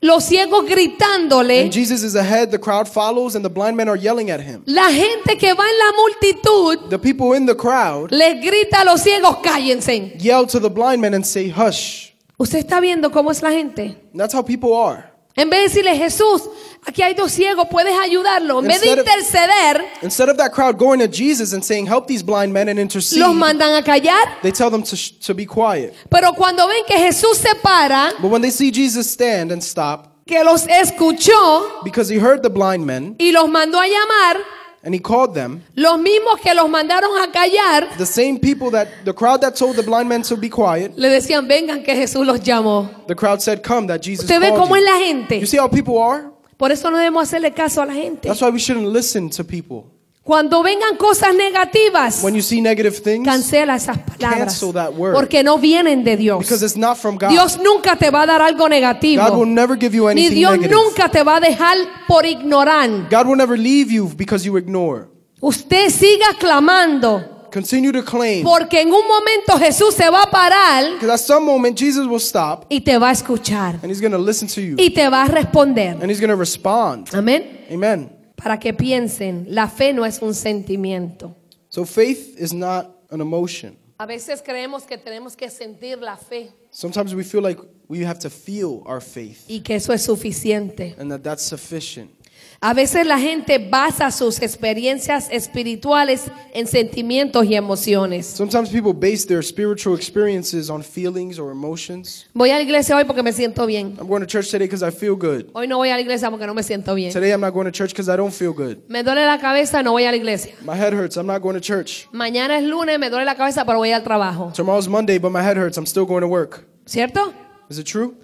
B: los ciegos gritándole.
C: And Jesus is ahead, the crowd follows, and the blind men are yelling at him.
B: La gente que va en la multitud
C: The people in the crowd
B: les grita a los ciegos, cállense.
C: yell to the blind men and say, Hush.
B: Usted está viendo cómo es la gente.
C: And that's how people are.
B: En vez de decirle, Jesús, aquí hay dos ciegos, puedes ayudarlo. En vez de
C: Instead of-
B: interceder,
C: Instead of that crowd going to Jesus and saying, Help these blind men and intercede,
B: los mandan a callar.
C: they tell them to, sh- to be quiet.
B: Pero cuando ven que Jesús se para,
C: But when they see Jesus stand and stop,
B: que los escuchó
C: because he heard the blind men
B: y los mandó a llamar,
C: and he called them,
B: los mismos que los mandaron a callar,
C: the same people that the crowd that told the blind men to be quiet,
B: le decían, vengan que Jesús los llamó.
C: the crowd said, Come, that Jesus
B: Usted ve
C: called
B: cómo es
C: you.
B: la gente.
C: You see how people are?
B: Por eso no debemos hacerle caso a la gente.
C: That's why we shouldn't listen to people.
B: Cuando vengan cosas negativas,
C: When you see negative things,
B: cancela esas palabras.
C: Cancel that word.
B: Porque no vienen de
C: because
B: Dios.
C: it's not from God.
B: Dios nunca te va a dar algo
C: God will
B: negativo.
C: never give you
B: Ni
C: anything
B: Dios
C: negative.
B: nunca te va a dejar por ignorante.
C: God will never leave you because you ignore.
B: Usted siga clamando,
C: Continue to claim.
B: porque en un momento Jesús se va a parar
C: Because at some moment, Jesus will stop
B: y te va a escuchar
C: and he's going to listen to you
B: y te va a responder.
C: and he's going to respond.
B: Amén.
C: Amen.
B: Para que piensen, la fe no es un sentimiento.
C: So faith is not an emotion.
B: A veces creemos que tenemos que sentir la fe
C: Sometimes we feel like we have to feel our faith
B: y que eso es suficiente.
C: and that that's sufficient.
B: A veces la gente basa sus experiencias espirituales en sentimientos y emociones.
C: Sometimes people base their spiritual experiences on feelings or emotions.
B: Voy a la iglesia hoy porque me siento bien.
C: I'm going to church today because I feel good.
B: Hoy no voy a la iglesia porque no me siento bien.
C: Today I'm not going to church because I don't feel good.
B: Me duele la cabeza, no voy a la iglesia.
C: My head hurts. I'm not going to church.
B: Mañana es lunes, me duele la cabeza, pero voy al trabajo.
C: Tomorrow's Monday, but my head hurts. I'm still going to work.
B: ¿Cierto?
C: Is it true?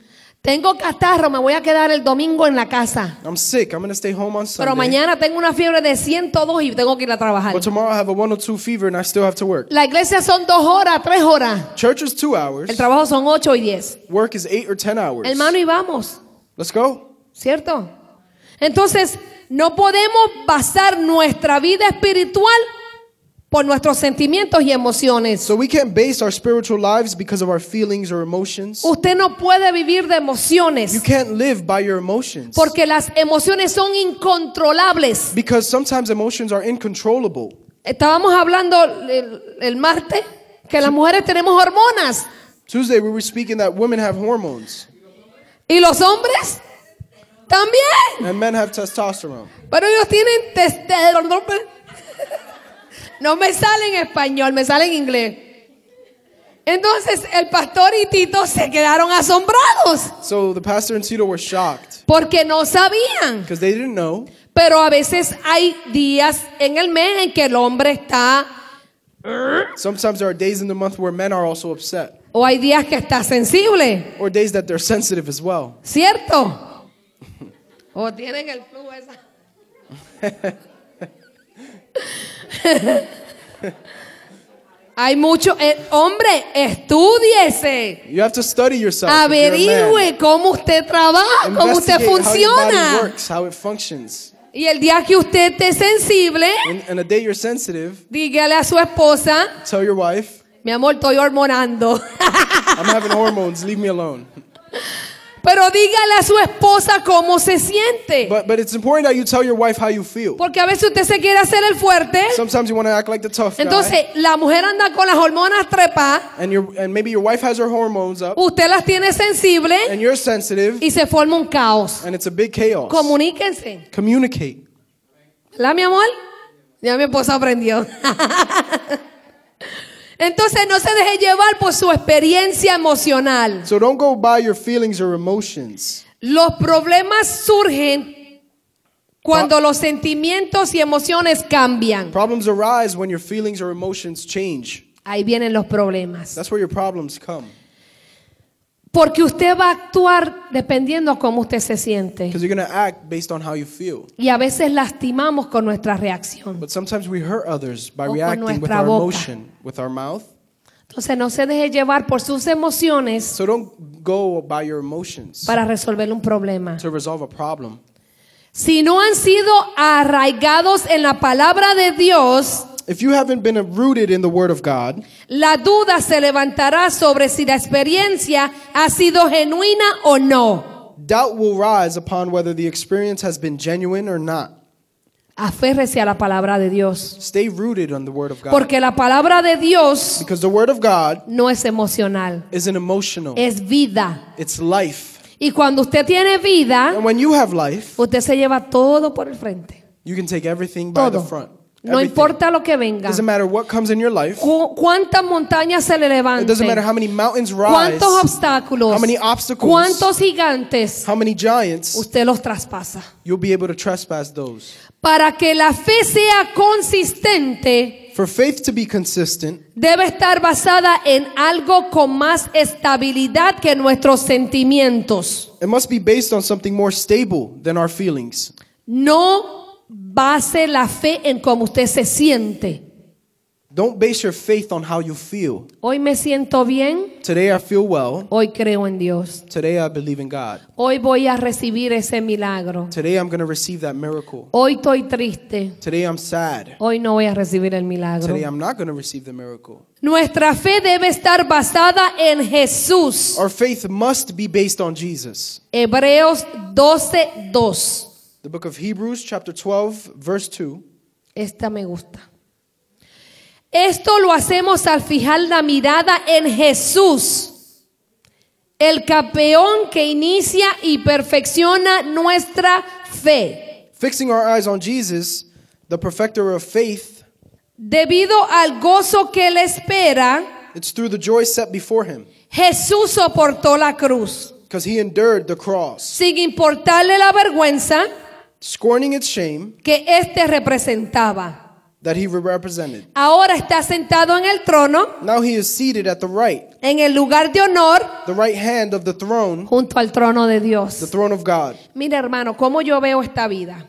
B: Tengo catarro, me voy a quedar el domingo en la casa.
C: I'm sick. I'm going to stay home on Sunday.
B: Pero mañana tengo una fiebre de 102 y tengo que ir a trabajar.
C: But tomorrow I have a 102 fever and I still have to work.
B: La iglesia son dos horas, tres horas.
C: Church is two hours.
B: El trabajo son ocho y diez.
C: Work is eight or ten hours.
B: Hermano, y vamos.
C: Let's go.
B: ¿Cierto? Entonces, no podemos basar nuestra vida espiritual por nuestros sentimientos y emociones.
C: So we can't base our spiritual lives because of our feelings or emotions.
B: Usted no puede vivir de
C: You
B: emociones
C: can't live by your emotions.
B: porque las emociones son incontrolables.
C: Because sometimes emotions are incontrollable.
B: Estábamos hablando el, el martes que las mujeres tenemos hormonas
C: Tuesday we were speaking that women have hormones
B: y los hombres también,
C: and men have testosterone.
B: pero ellos tienen testosterona. No me sale en español, me sale en inglés. Entonces el pastor y Tito se quedaron asombrados
C: So the pastor and Tito were shocked
B: porque no sabían.
C: because they didn't know.
B: Pero a veces hay días en el mes en que el hombre está
C: Sometimes there are days in the month where men are also upset,
B: o hay días que está sensible.
C: or days that they're sensitive as well.
B: ¿Cierto? O tienen el flu esa. Hay mucho. eh, hombre, estudiese.
C: You have to study yourself. if you're a man.
B: Averigüe cómo usted trabaja, cómo usted
C: Investigate How your body
B: funciona.
C: works, how it functions.
B: Y el día que usted esté sensible,
C: And, and the day you're sensitive,
B: dígale a su esposa,
C: tell your wife,
B: mi amor, estoy hormonando.
C: I'm having hormones. Leave me alone.
B: Pero dígale a su esposa cómo se siente.
C: But but it's important that you tell your wife how you feel.
B: Porque a veces usted se quiere hacer el fuerte.
C: Sometimes you want to act like the tough guy,
B: Entonces, la mujer anda con las hormonas trepadas.
C: and your and maybe your wife has her hormones up,
B: Usted las tiene sensibles
C: and you're sensitive,
B: y se forma un caos.
C: and it's a big chaos.
B: Comuníquense.
C: Communicate.
B: ¿Verdad, mi amor? Ya mi esposa aprendió. Entonces, no se deje llevar por su experiencia emocional.
C: So don't go by your feelings or emotions.
B: Los problemas surgen cuando los sentimientos y emociones cambian.
C: Problems arise when your feelings or emotions change.
B: Ahí vienen los problemas.
C: That's where your problems come.
B: Porque usted va a actuar dependiendo cómo usted se siente.
C: Because you're going to act based on how you feel.
B: Y a veces lastimamos con nuestra reacción.
C: But sometimes we hurt others by
B: O con
C: reacting with
B: nuestra
C: our
B: boca.
C: emotion, with our mouth.
B: Entonces no se deje llevar por sus emociones
C: So don't go by your emotions
B: para resolver un problema.
C: to resolve a problem.
B: Si no han sido arraigados en la palabra de Dios,
C: If you haven't been rooted in the Word of God,
B: la duda se levantará sobre si la experiencia ha sido genuina o no.
C: doubt will rise upon whether the experience has been genuine or not.
B: Aférrese a la palabra de Dios,
C: Stay rooted on the Word of God.
B: porque la palabra de Dios
C: because the Word of God
B: no es emocional,
C: isn't emotional,
B: es vida.
C: it's life.
B: Y cuando usted tiene vida,
C: And when you have life,
B: usted se lleva todo por el frente,
C: you can take everything by the
B: todo.
C: front.
B: No
C: Everything.
B: importa lo que venga.
C: doesn't matter what comes in your life,
B: Cu- cuántas montañas se le
C: it doesn't matter
B: levanten,
C: how many mountains rise,
B: cuántos obstáculos,
C: how many obstacles,
B: cuántos gigantes,
C: how many giants,
B: usted los traspasa.
C: you'll be able to trespass those.
B: Para que la fe sea consistente,
C: For faith to be consistent,
B: debe estar basada en algo con más estabilidad que nuestros sentimientos.
C: it must be based on something more stable than our feelings.
B: No base la fe en cómo usted se siente.
C: Don't base your faith on how you feel.
B: Hoy me siento bien,
C: Today I feel well.
B: hoy creo en Dios.
C: Today I believe in God.
B: Hoy voy a recibir ese milagro.
C: Today I'm going to receive that miracle.
B: Hoy estoy triste.
C: Today I'm sad.
B: Hoy no voy a recibir el milagro.
C: Today I'm not going to receive the miracle.
B: Nuestra fe debe estar basada en Jesús.
C: Our faith must be based on Jesus.
B: Hebreos 12:2.
C: The book of Hebrews, chapter 12, verse 2.
B: Esta me gusta. Esto lo hacemos al fijar la mirada en Jesús, el campeón que inicia y perfecciona nuestra fe.
C: Fixing our eyes on Jesus, the perfecter of faith,
B: Debido al gozo que le espera,
C: it's through the joy set before him
B: Jesús soportó la cruz,
C: because he endured the cross,
B: sin importarle la vergüenza
C: scorning its shame
B: que éste representaba.
C: that he represented.
B: Ahora está sentado en el trono,
C: Now he is seated at the right,
B: en el lugar de honor,
C: the right hand of the throne,
B: junto al trono de
C: the
B: Dios.
C: throne of God.
B: Mira, hermano, cómo yo veo esta vida.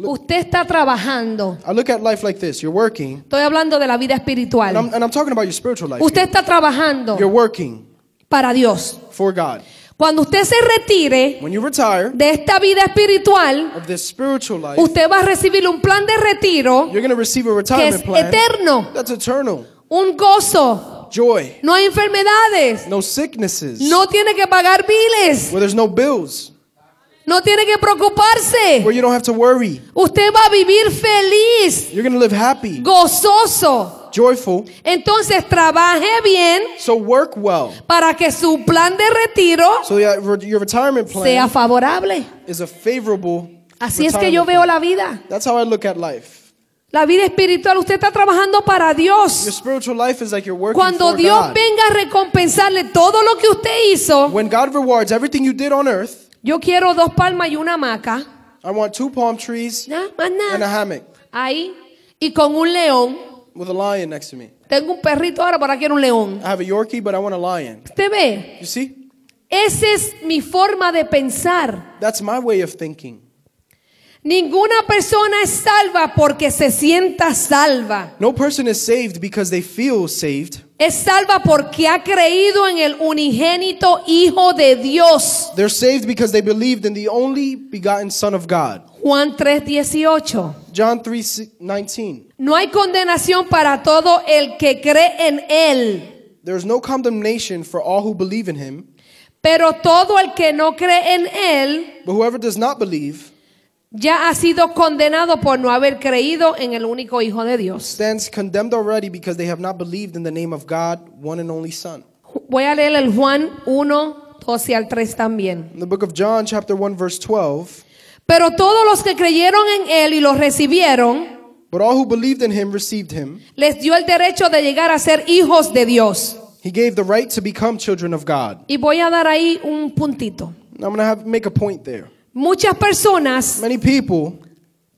B: Usted está trabajando.
C: I look at life like this you're working,
B: Estoy hablando de la vida
C: and I'm,
B: espiritual.
C: and I'm talking about your spiritual life.
B: Usted está trabajando
C: You're working
B: para Dios.
C: for God.
B: Cuando usted se retire
C: When you retire
B: de esta vida espiritual,
C: of this spiritual life,
B: usted va a recibir un plan de retiro
C: you're going to receive a
B: que es
C: retirement plan
B: eterno,
C: that's eternal.
B: un gozo.
C: Joy,
B: No hay enfermedades.
C: no sicknesses,
B: No tiene que pagar biles.
C: where there's no bills,
B: No tiene que preocuparse.
C: where you don't have to worry.
B: Usted va a vivir feliz,
C: You're going to live happy,
B: gozoso.
C: joyful.
B: Entonces trabaje bien
C: So work well
B: para que su plan de retiro
C: so that re- your retirement
B: sea
C: plan
B: favorable.
C: is a favorable.
B: Así es que
C: retirement
B: yo veo
C: plan.
B: la vida.
C: That's how I look at life.
B: La vida espiritual, usted está trabajando para
C: Your
B: Dios.
C: spiritual life is like you're working
B: Cuando
C: for
B: Dios
C: God.
B: venga a recompensarle todo lo que usted hizo,
C: When God rewards everything you did on earth,
B: yo quiero dos palmas y una hamaca.
C: I want two palm trees
B: Nada más
C: and a
B: nada.
C: hammock
B: Ahí. Y con un león.
C: with a lion next to me.
B: Tengo un perrito ahora, por aquí era un león.
C: I have a Yorkie, but I want a lion.
B: ¿Usted ve?
C: You see?
B: Esa es mi forma de pensar.
C: That's my way of thinking.
B: Ninguna persona es salva porque se sienta salva.
C: No person is saved because they feel saved.
B: Es salva porque ha creído en el unigénito Hijo de Dios.
C: They're saved because they believed in the only begotten Son of God.
B: Juan 3:18.
C: John 3 19.
B: No hay condenación para todo el que cree en Él.
C: There is no condemnation for all who believe in him,
B: Pero todo el que no cree en Él
C: but whoever does not believe
B: ya ha sido condenado por no haber creído en el único Hijo de Dios.
C: stands condemned already because they have not believed in the name of God, one and only Son.
B: Voy a leer el Juan 1, 12 al 3 también.
C: In the book of John, chapter 1, verse 12,
B: Pero todos los que creyeron en Él y lo recibieron,
C: but all who believed in him received him.
B: les dio el derecho de llegar a ser hijos de Dios.
C: He gave the right to become children of God.
B: Y voy a dar ahí un puntito.
C: And I'm going to have make a point there.
B: Muchas personas
C: Many people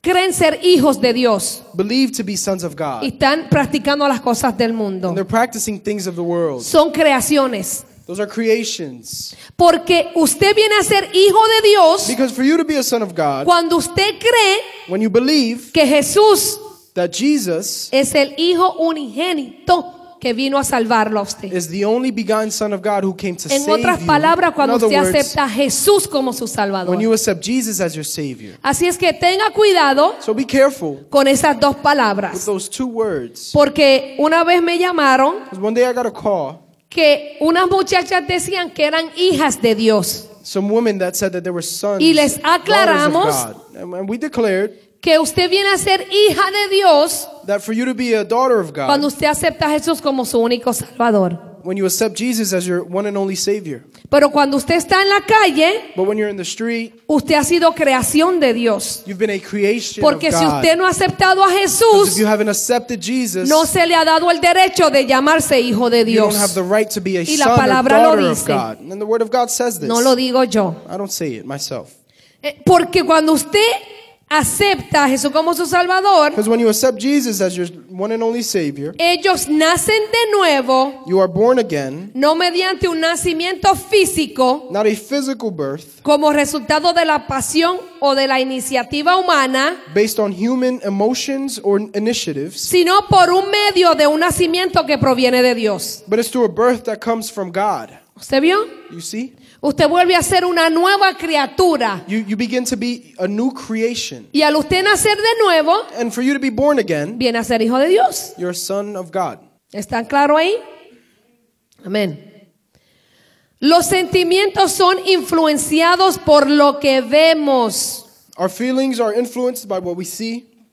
B: creen ser hijos de Dios
C: believe to be sons of
B: y
C: God,
B: están practicando las cosas del
C: and they're
B: mundo.
C: practicing things of the world.
B: Son creaciones.
C: Those are creations.
B: Porque usted viene a ser hijo de Dios
C: Because for you to be a son of God,
B: cuando usted cree
C: when you believe
B: que Jesús
C: that Jesus
B: es el hijo unigénito que vino a salvarlo a usted.
C: is the only begotten Son of God who came to
B: En
C: save you.
B: otras palabras,
C: In
B: cuando
C: other
B: usted
C: words,
B: acepta a Jesús como su
C: when
B: Salvador.
C: you accept Jesus as your Savior.
B: Así es que tenga cuidado
C: So be careful
B: con esas dos
C: with
B: palabras.
C: those two words.
B: Porque una vez me llamaron
C: 'Cause one day I got a call,
B: que unas muchachas decían que eran hijas de Dios.
C: some women that said that they were sons
B: Y les aclaramos-
C: daughters of God. And and we declared
B: Que usted viene a ser hija de Dios
C: that for you to be a daughter of God,
B: cuando usted acepta a Jesús como su único Salvador.
C: when you accept Jesus as your one and only Savior.
B: Pero cuando usted está en la calle,
C: But when you're in the street,
B: usted ha sido creación de Dios.
C: you've been a creation
B: Porque
C: of
B: si
C: God.
B: usted no ha aceptado a
C: 'Cause if
B: Jesús,
C: you haven't accepted Jesus,
B: no se le ha dado el derecho de llamarse hijo de
C: You don't have
B: Dios.
C: the right to be a
B: Y la
C: son or
B: palabra lo
C: daughter of
B: dice.
C: God. And the word of God says this.
B: No lo digo yo.
C: I don't say it myself.
B: Eh, Porque cuando usted acepta a Jesús como su Salvador,
C: Because when you accept Jesus as your one and only Savior,
B: ellos nacen de nuevo,
C: you are born again,
B: no mediante un nacimiento físico,
C: not a physical birth
B: como resultado de la pasión o de la iniciativa humana,
C: based on human emotions or initiatives,
B: sino por un medio de un nacimiento que proviene de Dios.
C: but it's through a birth that comes from God.
B: ¿Usted vio?
C: You see?
B: Usted vuelve a ser una nueva criatura.
C: You, you begin to be a new creation.
B: Y al usted nacer de nuevo,
C: And for you to be born again,
B: viene a ser hijo de Dios.
C: you're a son of God.
B: ¿Están claro ahí? Amén. Los sentimientos son influenciados por lo que vemos,
C: Our feelings are influenced by what we see,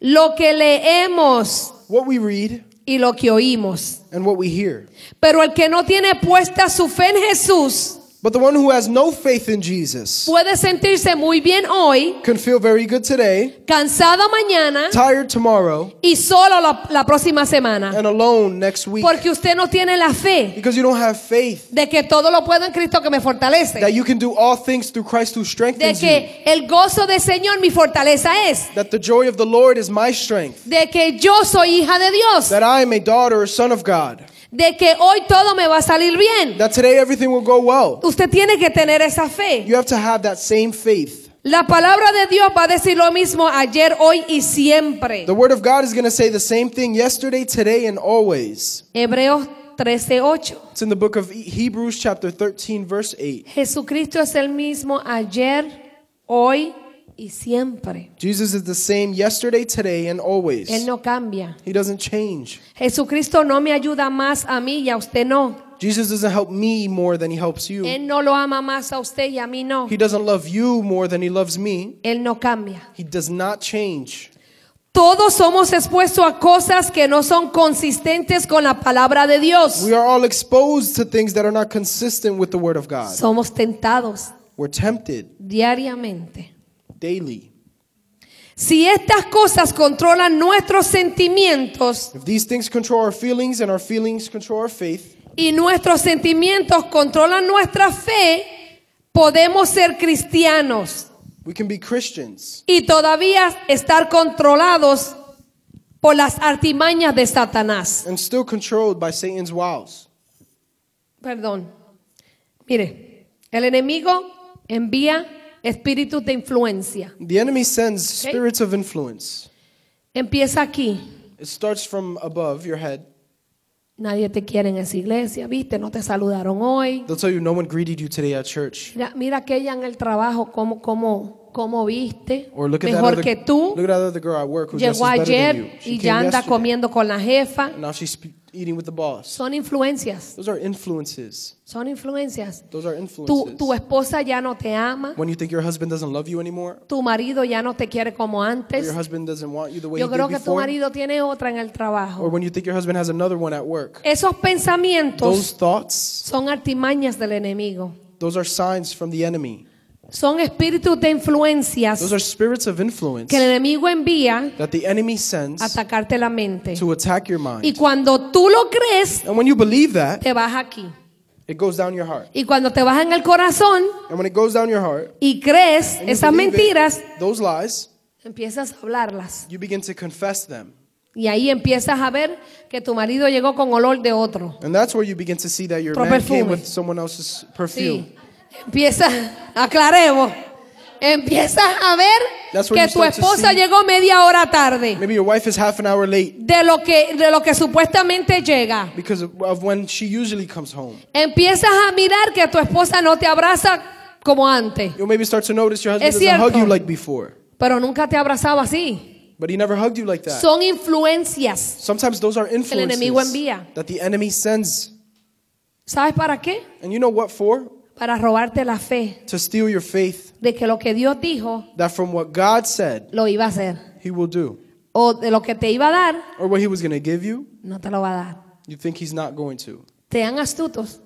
B: lo que leemos
C: what we read,
B: y lo que oímos.
C: and what we hear.
B: Pero el que no tiene puesta su fe en Jesús,
C: But the one who has no faith in Jesus
B: Puede sentirse muy bien hoy,
C: can feel very good today,
B: cansada mañana
C: tired tomorrow,
B: y solo la, la próxima semana.
C: and alone next week
B: Porque usted no tiene la fe
C: because you don't have faith
B: de que todo lo puedo en Cristo que me
C: that
B: fortalece.
C: you can do all things through Christ who
B: De
C: strengthens you.
B: que el gozo del Señor mi fortaleza es.
C: That the joy of the Lord is my strength.
B: De que yo soy hija de Dios.
C: That I am a daughter or son of God.
B: De que hoy todo me va a salir bien.
C: That today everything will go well.
B: Usted tiene que tener esa fe.
C: You have to have that same faith.
B: La palabra de Dios va a decir lo mismo ayer, hoy y siempre.
C: The Word of God is going to say the same thing yesterday, today, and always.
B: Hebreos 13:8.
C: It's in the book of Hebrews, chapter 13, verse 8.
B: Jesucristo es el mismo ayer, hoy y siempre.
C: Jesus is the same yesterday, today, and
B: Él
C: always.
B: no cambia.
C: He doesn't change.
B: Jesucristo no me ayuda más a mí y a usted no.
C: Jesus doesn't help me more than he helps you.
B: Él no lo ama más a usted y a mí no.
C: He doesn't love you more than he loves me.
B: Él no cambia.
C: He does not change.
B: Todos somos expuestos a cosas que no son consistentes con la palabra de Dios.
C: We are all exposed to things that are not consistent with the word of God.
B: Somos tentados
C: We're tempted
B: diariamente.
C: daily.
B: Si estas cosas controlan nuestros sentimientos
C: If these things control our feelings and our feelings control our faith,
B: y nuestros sentimientos controlan nuestra fe, podemos ser cristianos
C: we can be Christians
B: y todavía estar controlados por las artimañas de Satanás.
C: and still controlled by Satan's wiles.
B: Perdón. Mire, el enemigo envía espíritus de influencia.
C: The enemy sends
B: Okay.
C: spirits of influence.
B: Empieza aquí.
C: It starts from above your head.
B: Nadie te quiere en esa iglesia, ¿viste? No te saludaron hoy.
C: They'll tell you no one greeted you today at church.
B: Mira, mira aquella en el trabajo, cómo, cómo, cómo viste,
C: Or look at that
B: mejor
C: other,
B: que tú.
C: look at that other girl at work who dresses
B: Llegó
C: better than you.
B: ayer
C: She
B: y
C: came
B: ya anda
C: yesterday.
B: comiendo con la jefa.
C: Now she's sp- eating with the boss.
B: Son influencias,
C: Those are influences.
B: son influencias.
C: Those are
B: Tu,
C: influences.
B: tu esposa ya no te ama,
C: when you think your husband doesn't love you anymore,
B: tu marido ya no te quiere como
C: or
B: antes.
C: your husband doesn't want you the way
B: Yo
C: he did
B: creo que tu
C: before,
B: marido tiene otra en el
C: or
B: trabajo.
C: when you think your husband has another one at work,
B: Esos
C: those
B: pensamientos
C: thoughts,
B: son artimañas del enemigo.
C: those are signs from the enemy.
B: Son espíritus de
C: Those
B: influencias
C: are spirits of influence
B: que el enemigo envía
C: that the enemy
B: a
C: sends
B: atacarte la mente.
C: to attack your
B: Y
C: mind.
B: cuando tú lo crees,
C: And when you believe that,
B: te vas aquí.
C: it goes down your heart.
B: Y cuando te vas en el corazón
C: And when it goes down your heart,
B: y crees
C: and you
B: esas
C: believe it,
B: mentiras,
C: those lies,
B: empiezas a hablarlas.
C: you begin to confess them.
B: Y ahí empiezas a ver que tu marido llegó con olor de otro.
C: And that's where you begin to see that your
B: Otro
C: man came
B: perfume.
C: with someone else's perfume.
B: Sí. Empiezas, aclaremos. Empiezas a ver
C: That's where
B: que
C: you
B: tu
C: start to
B: esposa
C: see-
B: llegó media hora tarde
C: Maybe your wife is half an hour late
B: de lo que de lo que supuestamente llega.
C: because of, of when she usually comes home.
B: Empiezas a mirar que tu esposa no te abraza como antes,
C: You'll maybe start to notice your husband
B: Es
C: doesn't hug
B: cierto.
C: you like before,
B: pero nunca te ha abrazado así.
C: but he never hugged you like that.
B: Son influencias.
C: Sometimes those are influences
B: enemigo envía.
C: that the enemy sends.
B: ¿Sabes para qué?
C: And you know what for?
B: Para robarte la fe
C: To steal your faith
B: de que lo que Dios dijo
C: that from what God said,
B: lo iba a hacer
C: he will do.
B: o de lo que te iba a dar
C: Or what he was going to give you,
B: no te lo va a dar.
C: you think he's not going to.
B: Te dan astutos.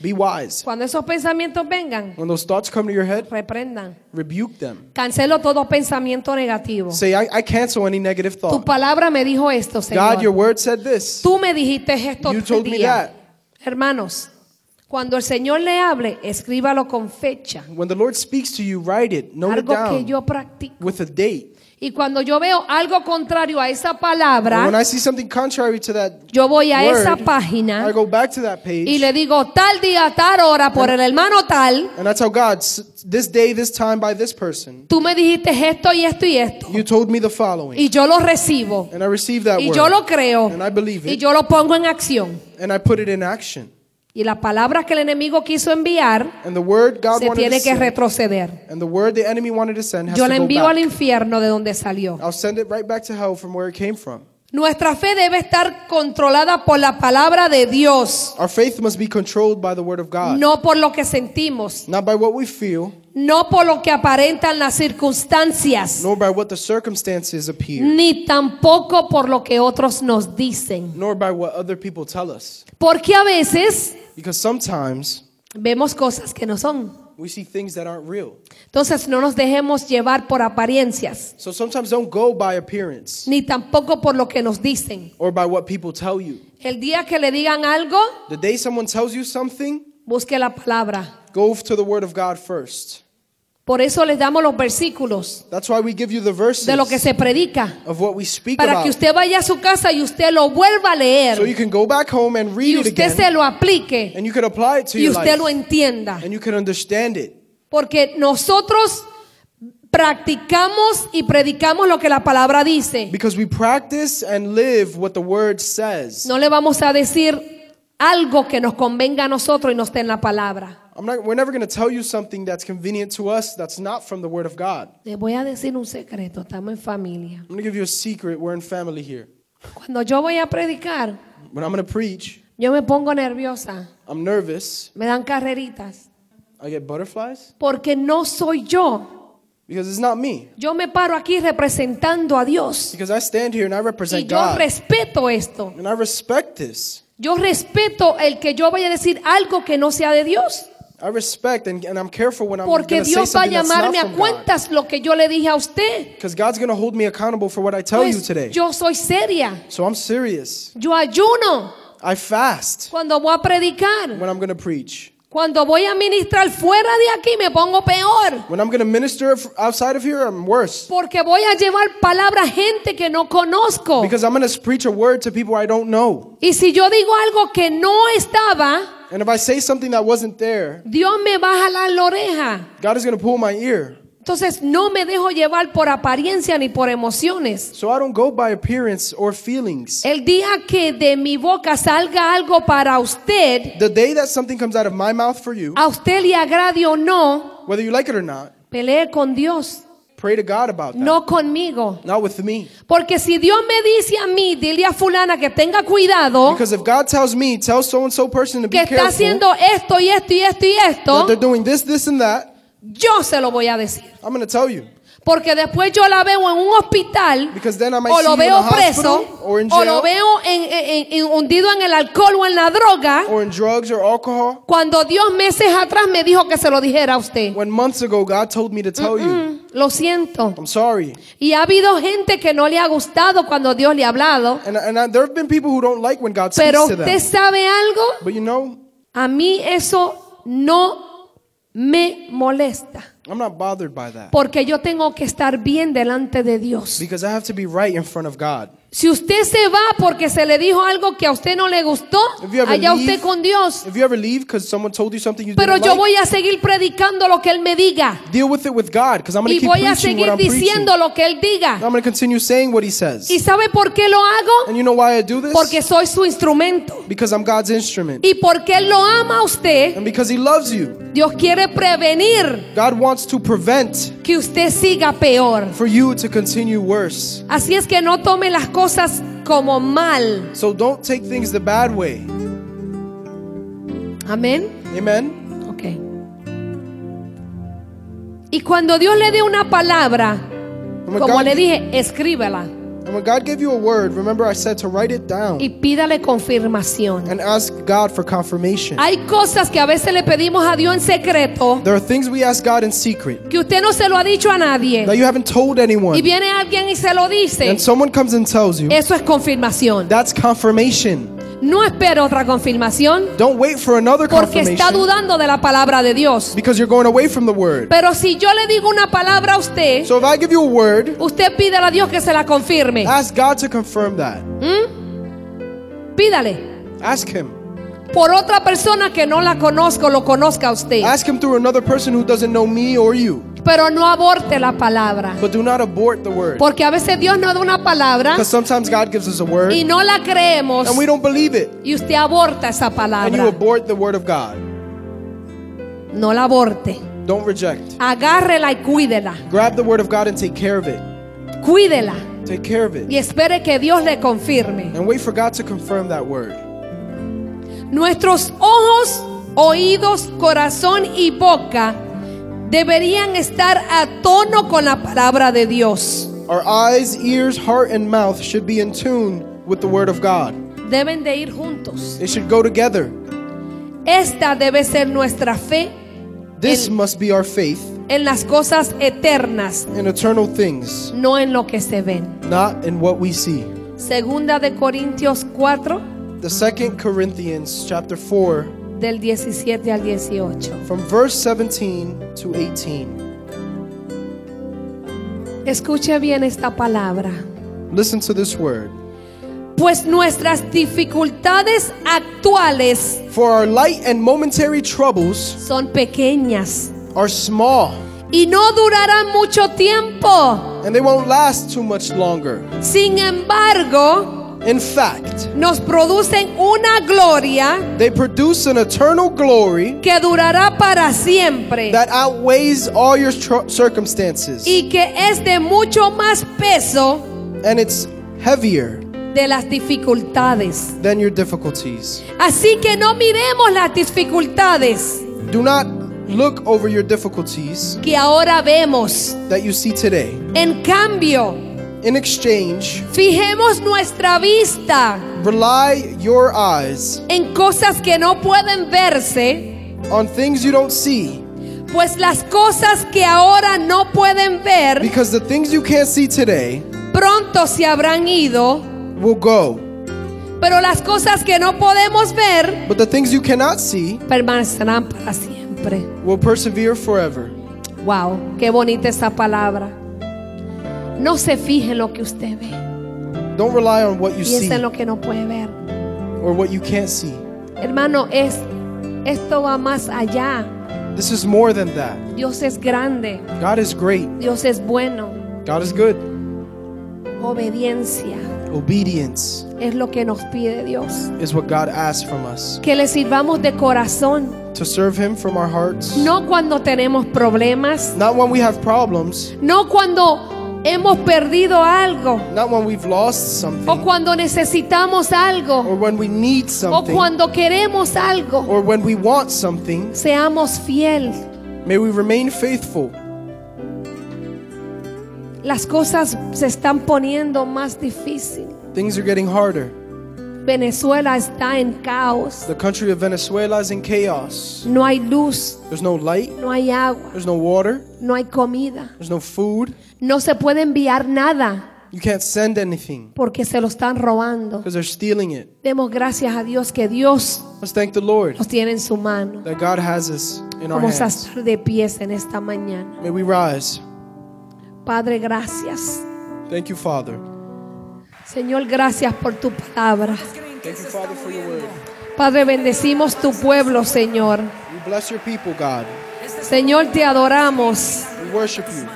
C: Be wise.
B: Cuando esos pensamientos vengan,
C: When those thoughts come to your head,
B: reprendan.
C: rebuke them.
B: Cancelo todo pensamiento negativo.
C: Say, I, I cancel any negative
B: Tu
C: thought.
B: palabra me dijo esto,
C: God, your
B: Señor.
C: word said this.
B: Tú me dijiste esto
C: You
B: todo
C: told
B: el
C: me
B: día. Hermanos, cuando el Señor le hable, escríbalo con fecha.
C: When the Lord speaks to you, write it, note it
B: Algo que
C: down
B: yo practico.
C: with a date.
B: Y cuando yo veo algo contrario a esa
C: And when
B: palabra,
C: I see something contrary to that
B: yo voy a
C: word,
B: esa
C: I
B: página
C: go back to that page.
B: y le digo tal día, tal hora, por el hermano tal,
C: And I tell God, "S- this day, this time, by this person,
B: tú me dijiste esto y esto y esto.
C: you told me the following.
B: Y yo lo recibo.
C: And I received that
B: Y
C: word.
B: yo lo creo.
C: And I believe
B: Y
C: it.
B: yo lo pongo en acción.
C: And I put it in action.
B: Y las palabras que el enemigo quiso enviar
C: And the word God
B: se
C: wanted to
B: tiene que
C: send,
B: retroceder.
C: and the word the enemy wanted to send has
B: Yo
C: to
B: la
C: go
B: envío al
C: back.
B: infierno de donde salió.
C: I'll send it right back to hell from where it came from.
B: Nuestra fe debe estar controlada por la palabra de Dios,
C: Our faith must be controlled by the word of God.
B: no por lo que sentimos,
C: Not by what we feel,
B: no por lo que aparentan las circunstancias,
C: nor by what the circumstances appear,
B: ni tampoco por lo que otros nos dicen.
C: nor by what other people tell us.
B: Porque a veces
C: Because sometimes
B: vemos cosas que no son.
C: we see things that aren't real.
B: Entonces no nos dejemos llevar por apariencias,
C: So sometimes don't go by appearance
B: ni tampoco por lo que nos dicen.
C: or by what people tell you.
B: El día que le digan algo,
C: The day someone tells you something,
B: busque la palabra.
C: go to the Word of God first.
B: Por eso les damos los versículos
C: That's why we give you the verses
B: de lo que se predica.
C: of what we speak
B: para
C: about.
B: que usted vaya a su casa y usted lo vuelva a
C: so you
B: leer
C: can go back home and
B: y
C: read it
B: usted
C: again,
B: se lo aplique
C: and you can apply it to
B: y
C: your
B: usted
C: life,
B: lo entienda.
C: and you can understand it.
B: Porque nosotros practicamos y predicamos lo que la palabra dice.
C: Because we practice and live what the Word says.
B: No le vamos a decir algo que nos convenga a nosotros y no esté en la palabra.
C: I'm not, we're never going to tell you something that's convenient to us that's not from the Word of God.
B: Les voy a decir un secreto, estamos en familia.
C: I'm going to give you a secret. We're in family here.
B: Cuando yo voy a predicar,
C: When I'm going to preach,
B: yo me pongo nerviosa,
C: I'm nervous.
B: me dan carreritas,
C: I get butterflies
B: porque no soy yo.
C: because it's not me.
B: Yo me paro aquí representando a Dios.
C: Because I stand here and I
B: Y
C: represent
B: yo
C: God.
B: respeto esto.
C: and I respect this.
B: Yo respeto el que yo vaya a decir algo que no sea de Dios.
C: I respect and, and I'm careful when I'm
B: Porque
C: going to say
B: Dios va a
C: something that's not
B: llamarme a
C: from God.
B: cuentas lo que yo le dije a usted.
C: Because God's going to hold me accountable for what I tell you
B: Pues,
C: today.
B: yo soy seria.
C: So I'm serious.
B: Yo ayuno
C: I fast
B: cuando voy a predicar.
C: when I'm going to preach.
B: Cuando voy a ministrar fuera de aquí me pongo peor.
C: When I'm going to minister f- outside of here, I'm worse.
B: Porque voy a llevar palabra a gente que no conozco.
C: Because I'm going to preach a word to people I don't know.
B: Y si yo digo algo que no estaba,
C: And if I say something that wasn't there,
B: Dios me va a jalar la oreja.
C: God is going to pull my ear.
B: Entonces no me dejo llevar por apariencia ni por emociones.
C: So I don't go by appearance or feelings.
B: El día que de mi boca salga algo para usted, Ah.
C: The day that something comes out of my mouth for you,
B: a usted le agrade o no,
C: whether you like it or not,
B: Pelee con Dios,
C: Pray to God about that.
B: no conmigo.
C: Not with me.
B: Porque si Dios me dice a mí, dile a fulana que tenga cuidado,
C: Because if God tells me, tell so and so person to be
B: que está
C: careful,
B: haciendo esto y esto y esto y
C: that
B: esto,
C: they're doing this, this, and that,
B: yo se lo voy a decir.
C: I'm going to tell you.
B: Porque después yo la veo en un hospital,
C: Because then I might
B: o
C: see you
B: lo
C: in
B: veo
C: a
B: preso,
C: hospital or in
B: o lo
C: jail
B: veo en- en- en- hundido en el alcohol o en la droga,
C: or in drugs or alcohol.
B: cuando Dios meses atrás me dijo que se lo dijera a usted.
C: When months ago God told me to tell you,
B: Mm, Lo siento.
C: I'm sorry.
B: Y ha habido gente que no le ha gustado cuando Dios le ha hablado.
C: And, and I, there have been people who don't like when God speaks
B: Pero
C: to them.
B: usted sabe algo,
C: But you know,
B: a mí eso no me molesta.
C: I'm not bothered by that.
B: Porque yo tengo que estar bien delante de Dios.
C: Because I have to be right in front of God.
B: Si usted se va porque se le dijo algo que a usted no le gustó,
C: If you ever
B: allá
C: leave-
B: usted con Dios.
C: If you ever leave because someone told you something you
B: Pero
C: didn't
B: yo
C: like,
B: voy a seguir predicando lo que Él me diga.
C: deal with it with God because I'm going
B: Y
C: to keep
B: voy a
C: preaching
B: seguir
C: what I'm preaching.
B: diciendo lo que Él
C: And
B: diga.
C: I'm going to continue saying what he says.
B: ¿Y sabe por qué lo hago?
C: And you know why I do this?
B: Porque soy su instrumento.
C: because I'm God's instrument.
B: Y porque Él lo ama a usted,
C: And because he loves you.
B: Dios quiere prevenir
C: God wants to prevent
B: que usted siga peor.
C: for you to continue worse.
B: Así es que no tome las cosas como mal.
C: So don't take things the bad way.
B: Amén.
C: Amen.
B: Ok. Y cuando Dios le dé una palabra,
C: And when,
B: como
C: God,
B: le dije, escríbela
C: and when God gave you a word, remember I said to write it down
B: y pídale confirmación.
C: and ask God for confirmation.
B: Hay cosas que a veces le pedimos a Dios en secreto
C: There are things we ask God in secret
B: que usted no se lo ha dicho a nadie.
C: that you haven't told
B: Y
C: anyone.
B: viene alguien y se lo dice.
C: And someone comes and tells you.
B: Eso es confirmación.
C: That's confirmation.
B: No espero otra confirmación.
C: Don't wait for another
B: porque está
C: confirmation
B: dudando de la palabra de Dios.
C: because you're going away from the word.
B: Pero si yo le digo una palabra a usted,
C: So if I give you a word,
B: usted pídale a Dios que se la confirme.
C: ask God to confirm that.
B: Pídale
C: Ask him.
B: por otra persona que no la conozco, lo conozca a usted.
C: Ask him through another person who doesn't know me or you.
B: Pero no aborte la palabra.
C: But do not abort the word.
B: Porque a veces Dios nos da una palabra
C: Because sometimes God gives us a word
B: y no la creemos.
C: and we don't believe it.
B: Y usted aborta esa
C: And you
B: palabra.
C: abort the word of God.
B: No la aborte.
C: Don't reject.
B: Agárrela y cuídela.
C: Grab the word of God and take care of it.
B: Cuídela.
C: Take care of it.
B: Y espere que Dios le confirme.
C: And wait for God to confirm that word.
B: Nuestros ojos, oídos, corazón y boca deberían estar a tono con la palabra de Dios.
C: Our eyes, ears, heart, and mouth should be in tune with the word of God.
B: Deben de ir juntos.
C: They should go together.
B: Esta debe ser nuestra fe
C: This
B: El-
C: must be our faith
B: en las cosas eternas,
C: in eternal things,
B: no en lo que se ven.
C: not in what we see.
B: Segunda de Corintios 4
C: The second Corinthians chapter 4
B: del 17 al 18.
C: from verse 17 to 18.
B: Escuche bien esta palabra.
C: Listen to this word.
B: Pues nuestras dificultades actuales
C: For our light and momentary troubles
B: son pequeñas.
C: are small,
B: y no durará mucho tiempo.
C: and they won't last too much longer.
B: Sin embargo,
C: In fact,
B: nos producen una gloria
C: they produce an eternal glory
B: que durará para siempre
C: that outweighs all your tr- circumstances,
B: y que es de mucho más peso
C: and it's heavier
B: de las dificultades.
C: than your difficulties.
B: Así que no miremos las dificultades
C: Do not look over your difficulties
B: que ahora vemos.
C: that you see today.
B: En cambio,
C: In exchange,
B: fijemos nuestra vista
C: rely your eyes
B: en cosas que no pueden verse,
C: on things you don't see,
B: pues las cosas que ahora no pueden ver
C: because the things you can't see today
B: pronto se habrán ido,
C: will go,
B: pero las cosas que no podemos ver
C: but the things you cannot see
B: permanecerán para siempre.
C: will persevere forever.
B: Wow, qué bonita esa palabra. No se fije en lo que usted ve,
C: Don't rely on what you see
B: piensa en lo que no puede ver.
C: or what you can't see.
B: Hermano, es esto va más allá.
C: This is more than that.
B: Dios es grande,
C: God is great.
B: Dios es bueno.
C: God is good.
B: Obediencia
C: Obedience
B: es lo que nos pide Dios.
C: is what God asks from us.
B: Que le sirvamos de corazón,
C: to serve Him from our hearts.
B: No cuando tenemos problemas,
C: Not when we have problems,
B: no cuando hemos perdido algo,
C: not when we've lost
B: o
C: something,
B: cuando necesitamos algo,
C: or when we need
B: o
C: something,
B: cuando queremos algo.
C: or when we want something.
B: Seamos fiel.
C: May we remain faithful.
B: Las cosas se están poniendo más difícil.
C: Things are getting harder.
B: Venezuela está en caos.
C: The country of Venezuela is in chaos.
B: No hay luz,
C: There's no light,
B: no hay agua,
C: there's no water,
B: no hay comida.
C: there's no food.
B: No se puede enviar nada
C: You can't send anything
B: porque se lo están robando.
C: because they're stealing it.
B: Demos gracias a Dios que Dios
C: Let's thank the Lord
B: nos tiene en su mano.
C: that God has us in our
B: Vamos a
C: hands.
B: estar de pies en esta mañana.
C: May we rise.
B: Padre, gracias.
C: Thank you, Father.
B: Señor, gracias por tu palabra.
C: Thank you, Father, for your word.
B: Padre, bendecimos tu pueblo, Señor.
C: We bless your people, God.
B: Señor, te adoramos.
C: We worship you.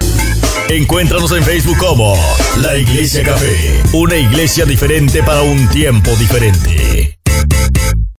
A: Encuéntranos en Facebook como La Iglesia Café, una iglesia diferente para un tiempo diferente.